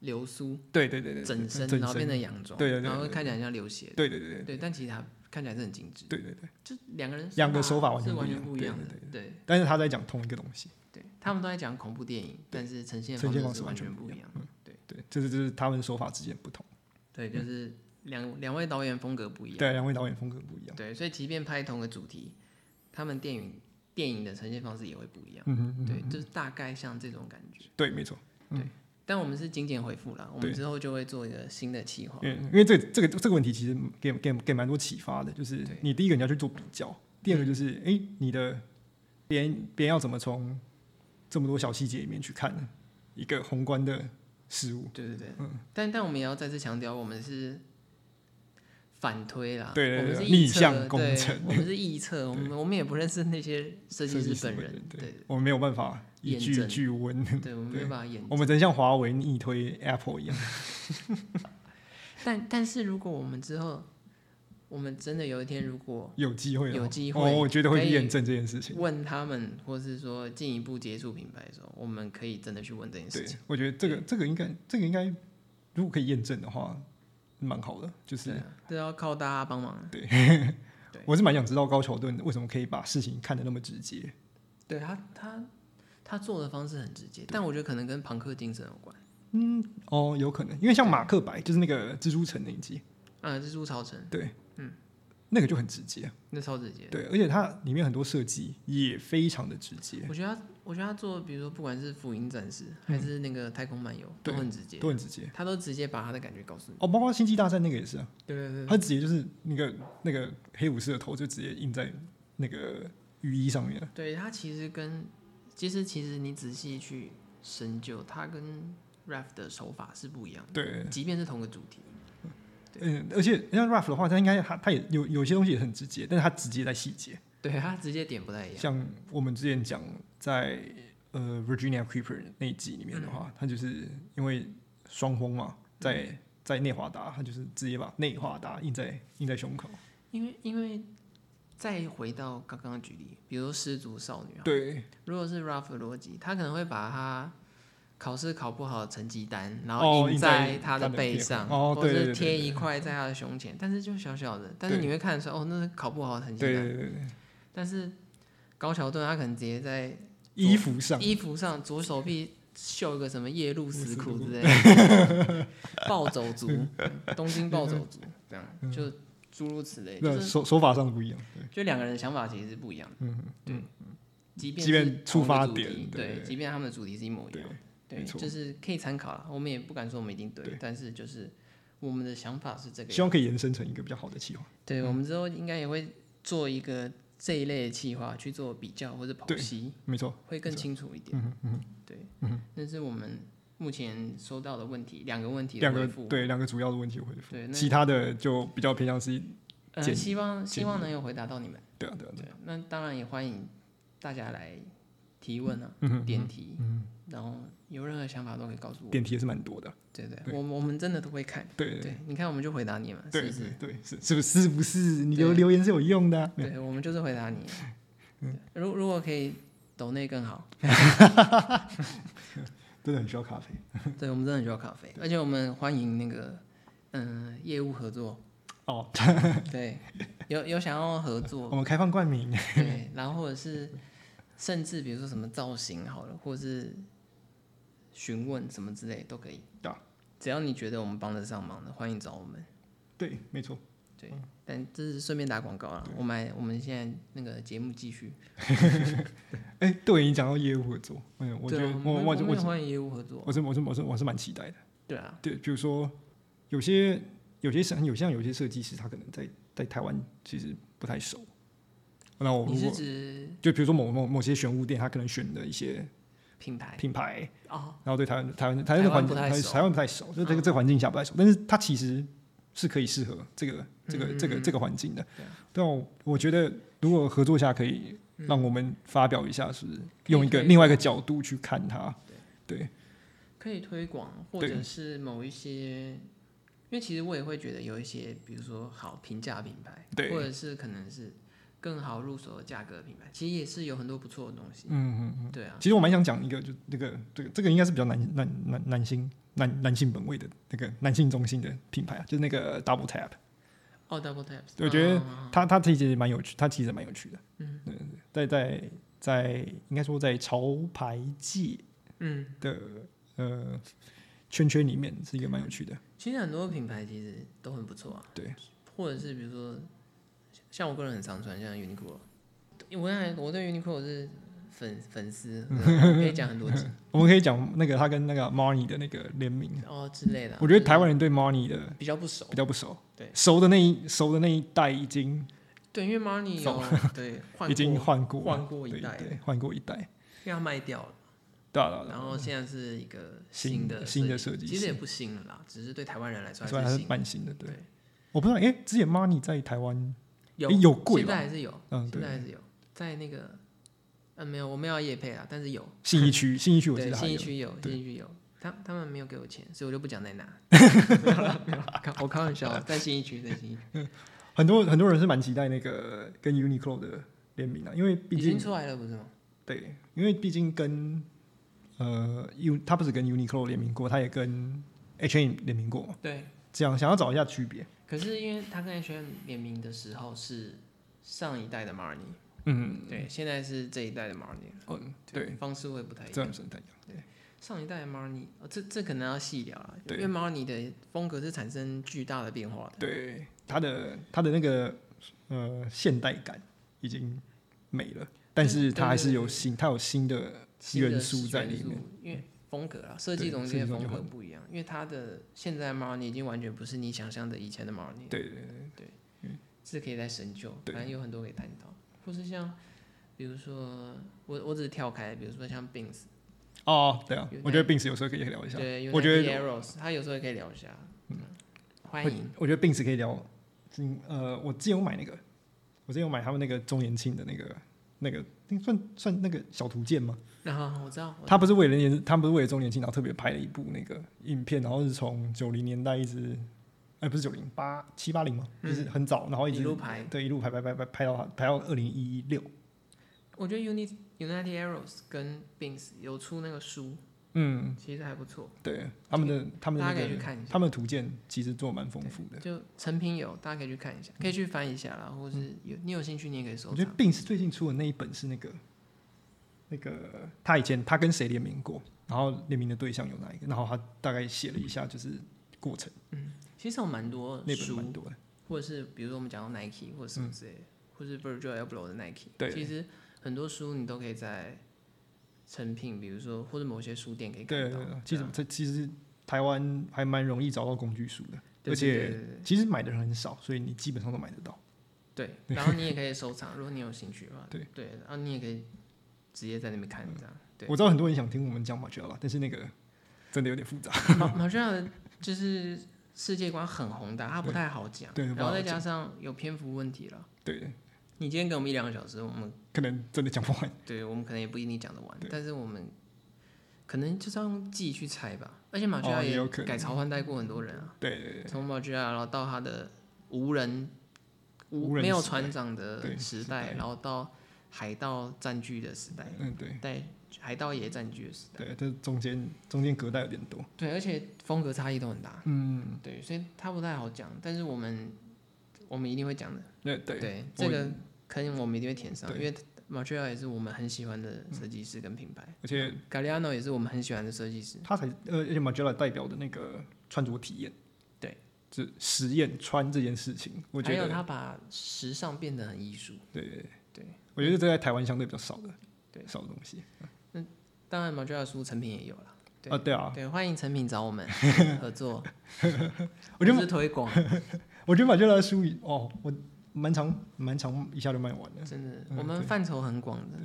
B: 流苏
A: 对对对对，
B: 整身，
A: 整
B: 然后变
A: 身，
B: 成洋装，
A: 对对对
B: 然后
A: 对
B: 看起来像流血的，
A: 对对对对
B: 对，但其实他看起来是很精致，
A: 对对对。
B: 就两个人
A: 两个手法完
B: 是
A: 全不
B: 完
A: 一
B: 全
A: 样
B: 不一样的
A: 对，
B: 对
A: 但是他在讲同一个东西，
B: 对，他们都在讲恐怖电影，但是呈现
A: 呈现
B: 方
A: 方
B: 式
A: 式
B: 是
A: 完
B: 全
A: 全
B: 不
A: 不
B: 一
A: 一
B: 样，对
A: 对，这是就是他们手法之间不同，
B: 对，就是两两位导演风格不一样，
A: 对，两位导演风格不一样，
B: 对，所以即便拍同个主题，他们电影电影的呈现方式也会不一样，
A: 嗯哼嗯
B: 对
A: 哼，
B: 就是大概像这种感觉。
A: 对，没错，
B: 但我们是精简回复啦，我们
A: 对
B: 之后就会做一个新的企划。
A: 嗯，因为这个这个这个问题其实给给给蛮多启发的，就是
B: 对嗯
A: 你第一个你要去做比较，第二个就是哎、诶你的别人别人要怎么从这么多小细节里面去看一个宏观的事物，
B: 对对对，
A: 嗯
B: 但但我们也要再次强调，我们是反推啦，
A: 对对对
B: 我们是
A: 逆
B: 臆测
A: 向工
B: 对
A: 程
B: 我们是臆测，我们我们也不认识那些设计师本人，
A: 对，
B: 对
A: 我们没有办法一
B: 验
A: 句
B: 证
A: 句温，
B: 对，我们没有办法演。
A: 我们真像华为逆推 Apple 一样，
B: 但但是如果我们之后，我们真的有一天如果
A: 有机会的话，
B: 有机会
A: 哦，我觉得会
B: 可
A: 去
B: 以
A: 验证这件事情。
B: 问他们，或是说进一步接触品牌的时候，我们可以真的去问这件事
A: 对
B: 情。，嗯
A: 我觉得这个这个应该这个应该，如果可以验证的话，蛮好的。就是、
B: 对啊，这要靠大家帮忙啊。对
A: 我是蛮想知道高桥盾为什么可以把事情看得那么直接。
B: 对他他他做的方式很直接，但我觉得可能跟朋克精神有关。嗯
A: 哦，有可能，因为像马克白就是那个蜘蛛城那一集，
B: 啊，蜘蛛超城
A: 那个就很直接。
B: 那超直接。
A: 对，而且它里面很多设计也非常的直接，
B: 我觉得他，我觉得他做，比如说不管是福音战士还是那个太空漫游，都
A: 对
B: 很直接，
A: 都很直接。
B: 他都直接把他的感觉告诉你。
A: 哦，包括星际大战那个也是啊，
B: 对对
A: 他直接就是那个那个黑武士的头就直接印在那个雨衣上面了。
B: 对，他其实跟其实其实你仔细去深究，他跟 Raf 的手法是不一样
A: 对，
B: 的，即便是同个主题。
A: 嗯，而且像 Ralph 的话，他应该他他也有有些东西也很直接，但是他直接在细节。
B: 对他直接点不太一样，
A: 像我们之前讲在呃 Virginia Creeper 那一集里面的
B: 嗯
A: 话，他就是因为双峰嘛，在在内华达，他就是直接把内华达印在印在胸口。
B: 因为因为再回到刚刚的举例，比如说失足少女啊，
A: 对
B: 如果是 Ralph 的逻辑，他可能会把他考试考不好的成绩单，然
A: 哦
B: 后印
A: 印在
B: 在他的背上，
A: 他的哦
B: 或
A: 对对
B: 是
A: 对对
B: 贴一块在他的胸前，但是就小小的，但是你会看得出来，哦，那是考不好的成
A: 对对
B: 绩单。
A: 对对，对
B: 但是高桥盾他可能直接在
A: 衣服上
B: 衣服上左手臂绣一个什么夜路死苦之类的， 暴走族，东京暴走族，这
A: 嗯
B: 样就诸如此类，就
A: 那
B: 是
A: 手手法上不一样。对
B: 就两个人的想法其实是不一样的。
A: 嗯，
B: 对，即便
A: 即便
B: 是同一个
A: 出发
B: 主题
A: 点对
B: 对，
A: 对
B: 即便他们的主题是一模一样
A: 对，
B: 对，
A: 没错
B: 就是可以参考了。我们也不敢说我们一定对
A: 对，
B: 但是就是我们的想法是这个
A: 希
B: 样。
A: 望可以延伸成一个比较好的计划。
B: 对，我们之后应该也会做一个这一类的计划去做比较或者剖
A: 对
B: 析，
A: 没错，
B: 会更清楚一点。
A: 嗯嗯，
B: 对，那是我们目前收到的问题，两个问题的
A: 两个
B: 回复。
A: 对两个主要的问题我回复
B: 对，那
A: 其他的就比较偏向是，建
B: 呃，
A: 议
B: 希望
A: 建议
B: 希望能有回答到你们。
A: 对啊对啊，对啊
B: 对，那当然也欢迎大家来提问啊，
A: 嗯哼，
B: 点题，然后有任何想法都可以告诉我。
A: 点题也是蛮多的。
B: 对对，
A: 对
B: 我们我们真的都会看。
A: 对
B: 对，你看我们就回答你嘛，是
A: 对
B: 不
A: 对
B: 是？
A: 对，是是不是是不是你
B: 对
A: 留留言是有用的啊？
B: 对，我们就是回答你。
A: 嗯
B: 如如果可以，抖内更 好。
A: 真的很需要咖啡。
B: 对，我们真的很需要咖啡，而且我们欢迎那个嗯、业务合作。
A: 哦，
B: 对，有有想要合作
A: 我，们开放冠名。
B: 对，然后或者是甚至比如说什么造型好了，或是询问什么之类都可以。
A: 对啊
B: 只要你觉得我们帮得上忙的，欢迎找我们。
A: 对，没错。
B: 对，但这是顺便打广告了。我们我们现在那个节目继续，
A: 哎、对你讲到业务合作，嗯，我觉
B: 对
A: 得
B: 啊，
A: 我
B: 们
A: 我
B: 我们
A: 我
B: 也欢迎业务合作，
A: 我是我是我是我是蛮期待的。
B: 对啊，
A: 对，比如说有些有些像有像有些设计师，他可能在在台湾其实不太熟。那哦我
B: 你
A: 如
B: 是
A: 果
B: 指
A: 就比如说某某某些选物店，他可能选的一些
B: 品牌
A: 品牌，
B: 哦，
A: 然后对台湾台湾台湾的
B: 台湾
A: 环
B: 不
A: 境
B: 太
A: 台
B: 熟嗯
A: 台湾不太熟，就这个这个环境下不太熟，但是它其实是可以适合这个这个这个这个环境的
B: 嗯对啊。
A: 但我我觉得如果合作下可以让我们发表一下，是用一
B: 嗯可
A: 个
B: 以嗯
A: 另外一个角度去看它。对，
B: 可以推广，或
A: 对
B: 者是某一些，因为其实我也会觉得有一些，比如说好平价品牌，
A: 对
B: 或者是可能是更好入手的价格品牌，其实也是有很多不错的东西。
A: 嗯嗯。
B: 对啊，
A: 其实我蛮想讲一个，就那个这个这个应该是比较男男男男性男男性本位的那个男性中心的品牌啊，就是那个 Double Tap，
B: 哦，Double Tap，
A: 对我觉得
B: 嗯
A: 它它其实也蛮有趣，它其实蛮有趣的。嗯，对对对，在在在应该说在潮牌界
B: 嗯，
A: 的呃圈圈里面是一个蛮有趣的。
B: 其实很多品牌其实都很不错啊。
A: 对，
B: 或者是比如说，像我个人很常穿，像 Uniqlo，我看我对 Uniqlo 是粉粉丝，可以讲很多集
A: 我们可以讲那个他跟那个 Marni 的那个联名，
B: 哦之类的啊。
A: 嗯我觉得台
B: 就
A: 湾人对 Marni 的
B: 是比较不熟
A: 比，较不熟，
B: 对
A: 熟的那一熟的那一代已经
B: 对，因为 Marni 有对 换
A: 已经
B: 过
A: 换过
B: 换过
A: 对
B: 一代，因
A: 对，换过一代，
B: 为它卖掉了，
A: 对啊对啊对啊
B: 然后现在是一个
A: 新
B: 的
A: 新的设计
B: 其实
A: 师
B: 也不新了啦，只是对台湾人来说
A: 所以还
B: 还
A: 是
B: 是新。
A: 蛮新的。对
B: 对，
A: 我不知道，哎、之前 Money 在台湾，
B: 有
A: 诶有贵
B: 现在
A: 吧
B: 还是有，
A: 嗯，
B: 现
A: 对
B: 在，还是有，在那个嗯没有，我们要夜配啊，但是有。
A: 信义区，信义区我记
B: 对，
A: 得还
B: 信义
A: 有，
B: 区有，
A: 对
B: 信义区有。他他们没有给我钱，所以我就不讲在 哪。没有啦没有啦我开玩笑，啊在信义区，在信义区
A: 很多很多人是蛮期待那个跟 Uniqlo 的联名的、啊因为毕
B: 已经
A: 竟
B: 出来了，不是吗？
A: 对，因为毕竟跟呃 U，他不止跟 Uniqlo 联名过，他也跟 H&M 联名过嘛，
B: 对，
A: 这样想要找一下区别，
B: 可是因为他跟 H&M 联名的时候是上一代的 Marni，
A: 嗯，
B: 对，现在是这一代的 Marni，
A: 哦，对，
B: 方式会不太一
A: 这
B: 样
A: 样。是不太一样，
B: 上一代的 Marni，哦，这这可能要细聊了，因
A: 对
B: 为 Marni 的风格是产生巨大的变化的。
A: 对，他的他的那个呃现代感已经没了，但是他还是有新，他有新的
B: 新的
A: 元素在里
B: 元素
A: 面。，
B: 因为风格啊，设计
A: 对
B: 总
A: 设计
B: 监的
A: 总
B: 风
A: 监
B: 格
A: 换
B: 不一样，因为他的现在 Marni 已经完全不是你想象的以前的 Marni，
A: 对对对。
B: 是可以再深究，
A: 对
B: 反正有很多可以探讨，或是像比如说我我只是跳开，比如说像 Bings，
A: 哦，对啊
B: 有，
A: 我觉得 Bings 有时候可以聊一下。
B: 对，
A: 我觉得
B: Arrows，他有时候也可以聊一下，嗯，欢迎，
A: 我觉得 Bings 可以聊。嗯，呃，我之前有买那个，我之前有买他们那个周年庆的那个那个，那算算那个小图鉴吗？
B: 然后我知道，我
A: 他不是为了年，他不是为了周年庆，然后特别拍了一部那个影片，然后是从九零年代一直，哎、不是九零八七八零吗？就是很早，然后一直
B: 嗯一路拍
A: 对，一路拍拍拍拍拍到拍到二零一六。
B: 我觉得 Unit United Arrows 跟 Bings 有出那个书，
A: 嗯，
B: 其实还不错，
A: 对，他们的他们的
B: 大
A: 那
B: 家可以去
A: 个
B: 看一下。
A: 他们的图鉴其实做蛮丰富的。
B: 就成品有，大家可以去看一下，可以去翻一下啦，或是有你有兴趣，你也可以收
A: 嗯我觉得
B: 藏。
A: 病是最近出的那一本是那个，那个他以前他跟谁联名过，然后联名的对象有哪一个，然后他大概写了一下就是过程，
B: 其实有蛮多
A: 那本蛮
B: 书，
A: 多的。
B: 或者是比如说我们讲到 Nike 或者什么之类的，或是 Virgil Abloh 的 Nike，
A: 对
B: 其实很多书你都可以在成品，比如说或者某些书店可以
A: 对对，
B: 看到
A: 对。其实
B: 对啊
A: 这其实台湾还蛮容易找到工具书的，
B: 对
A: 而
B: 对
A: 且
B: 对对
A: 其实买的人很少，所以你基本上都买得到。
B: 对对，然后你也可以收藏，如果你有兴趣的话，
A: 对
B: 对，然后你也可以直接在那边看这样。对
A: 我知道很多人想听我们讲马吉拉，但是那个真的有点复杂。
B: 马马修的就是世界观很宏大，它啊不太好讲，
A: 对不
B: 然后
A: 好
B: 再
A: 讲
B: 加上有篇幅问题了。
A: 对，
B: 你今天给我们一两个小时，我们
A: 可能真的讲不完。
B: 对我们可能也不一定讲得完
A: 对，
B: 但是我们可能就是要用记忆去猜吧。而且马吉
A: 哦
B: 亚
A: 也有可能
B: 改朝换代过很多人啊，
A: 对对对，
B: 从马吉亚然后到他的无人无
A: 无人时代
B: 没有船长
A: 对
B: 的时
A: 时代
B: 代，然后到海盗占据的时代，
A: 嗯对
B: 对海盗也占据的时代，
A: 对，这中间中间隔代有点多。
B: 对，而且风格差异都很大，
A: 嗯，
B: 对，所以他不太好讲，但是我们我们一定会讲的，
A: 对对
B: 对，
A: 我
B: 这个可能我们一定会填上，
A: 对嗯
B: 因为马吉亚也是我们很喜欢的设计师跟品牌。
A: 而且
B: Galliano 也是我们很喜欢的设计师，
A: 他才呃，而且 Magella 代表的那个穿着体验，
B: 对，
A: 就实验穿这件事情，我觉
B: 还有
A: 得
B: 他把时尚变得很艺术。
A: 对对
B: 对，
A: 我觉得这在台湾相对比较少的，
B: 对
A: 少的东西
B: 当然，毛 a 的书成品也有了。对
A: 啊，对啊，
B: 对，欢迎成品找我 们合作，
A: 我觉得
B: 不是推广，
A: 我觉得马修拉的书哦，我蛮长蛮长一下就卖完了，
B: 真的，
A: 嗯
B: 我们范畴很广的，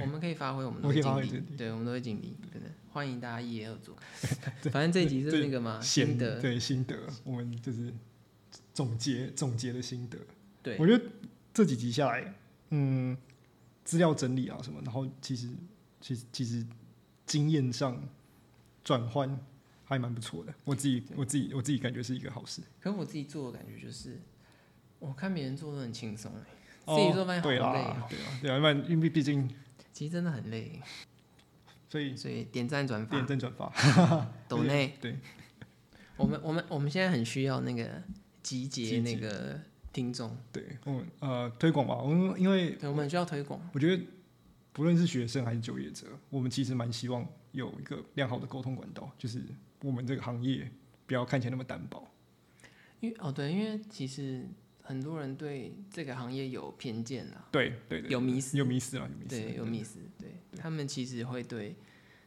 B: 我们可以发挥我们
A: 我可以
B: 的
A: 发
B: 尽
A: 挥
B: 力
A: 自，
B: 对，我们都会尽力，真的，欢迎大家一 言合作。反正这一集是那个嘛，
A: 显
B: 啊心得，
A: 对心得，我们就是总结总结的心得。
B: 对
A: 我觉得这几集下来，嗯，资料整理啊什么，然后其实其实其实经验上转换还蛮不错的，我自己我自己我自己感觉是一个好事。
B: 可我自己做的感觉就是，我看别人做都很轻松欸、
A: 哦
B: 自己做发现好
A: 对
B: 累
A: 啦，对啊，对啊，因为因为毕竟
B: 其实真的很累，
A: 所以
B: 所以点赞转
A: 点
B: 发，
A: 赞转发，
B: 抖内，
A: 对，
B: 我们我们我们现在很需要那个集结
A: 集结
B: 那个听众，
A: 对，我们呃推广吧，我们因为
B: 对，我们很需要推广，
A: 我觉得，不论是学生还是就业者，我们其实蛮希望有一个良好的沟通管道，就是我们这个行业不要看起来那么单薄。
B: 因为哦对，因为其实很多人对这个行业有偏见啦，
A: 对对对，
B: 有迷思
A: 有迷思啊，有迷思，
B: 对，有迷思，对他们其实会对，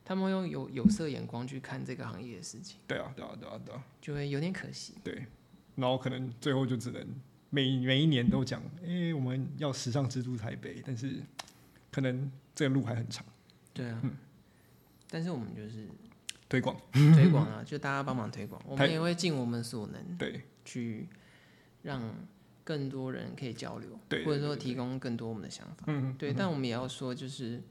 B: 他们会用有有色眼光去看这个行业的事情，
A: 对啊，对啊，对啊，对啊，
B: 就会有点可惜。
A: 对。然后可能最后就只能每每一年都讲，哎、我们要时尚之都台北，但是可能这个路还很长，
B: 对啊，但是我们就是
A: 推广
B: 推广啊，就大家帮忙推广，我们也会尽我们所能
A: 对
B: 去让更多人可以交流，
A: 对
B: 或者说提供更多我们的想法。
A: 嗯
B: 对，但我们也要说，就是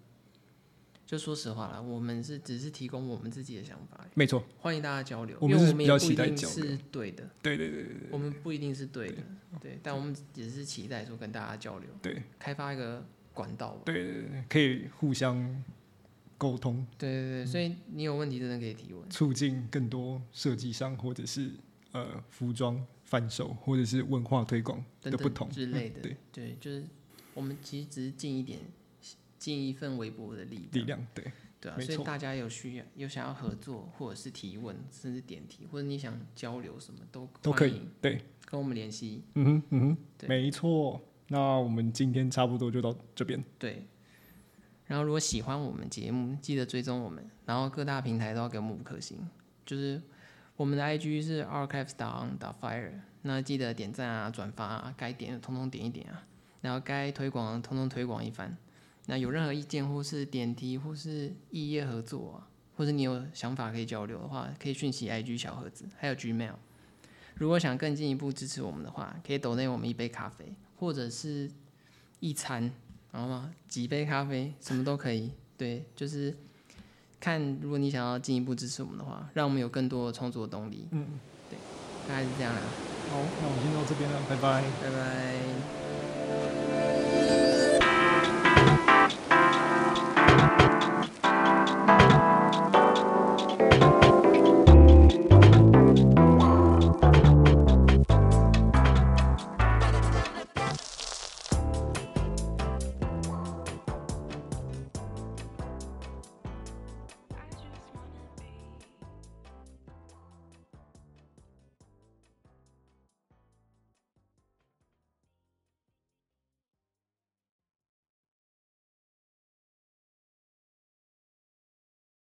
B: 就说实话啦，我们是只是提供我们自己的想法，
A: 没错，
B: 欢迎大家交流，
A: 我
B: 因
A: 们
B: 为
A: 是
B: 我们
A: 比
B: 也
A: 较
B: 不
A: 期
B: 一
A: 待
B: 定
A: 交流
B: 是对的，
A: 对对对对
B: 我们不一定是对的，对，但我们只是期待说跟大家交流，
A: 对
B: 开发一个管道吧。
A: 对对对，可以互相沟通，
B: 对对对，所以你有问题真的可以提问。
A: 促进更多设计商或者是呃服装贩售或者是文化推广
B: 等
A: 的
B: 等
A: 不同
B: 之类的。
A: 嗯对
B: 对，就是我们其实只是尽一点，尽一份微薄的力
A: 力量，对
B: 对啊，
A: 没
B: 所以
A: 错
B: 大家有需要、有想要合作，或者是提问，甚至点题，或者你想交流什么都
A: 都可
B: 欢
A: 以
B: 迎，
A: 对，
B: 跟我们联系。
A: 嗯哼嗯哼，
B: 对
A: 没错。那我们今天差不多就到这边，
B: 对，然后如果喜欢我们节目，记得追踪我们，然后各大平台都要给我们五颗星。就是我们的 IG 是 archives on fire，那记得点赞啊、转发啊，该点的通通点一点啊，然后该推广的通通推广一番。那有任何意见或是点题或是异业合作啊，或者你有想法可以交流的话，可以讯息 IG 小盒子，还有 Gmail。如果想更进一步支持我们的话，可以抖内我们一杯咖啡，或者是一餐，然后嘛，几杯咖啡，什么都可以。对，就是看如果你想要进一步支持我们的话，让我们有更多的创作动力。
A: 嗯，
B: 大概是这样啦，
A: 好，那我们先到这边了，拜拜。
B: 拜拜。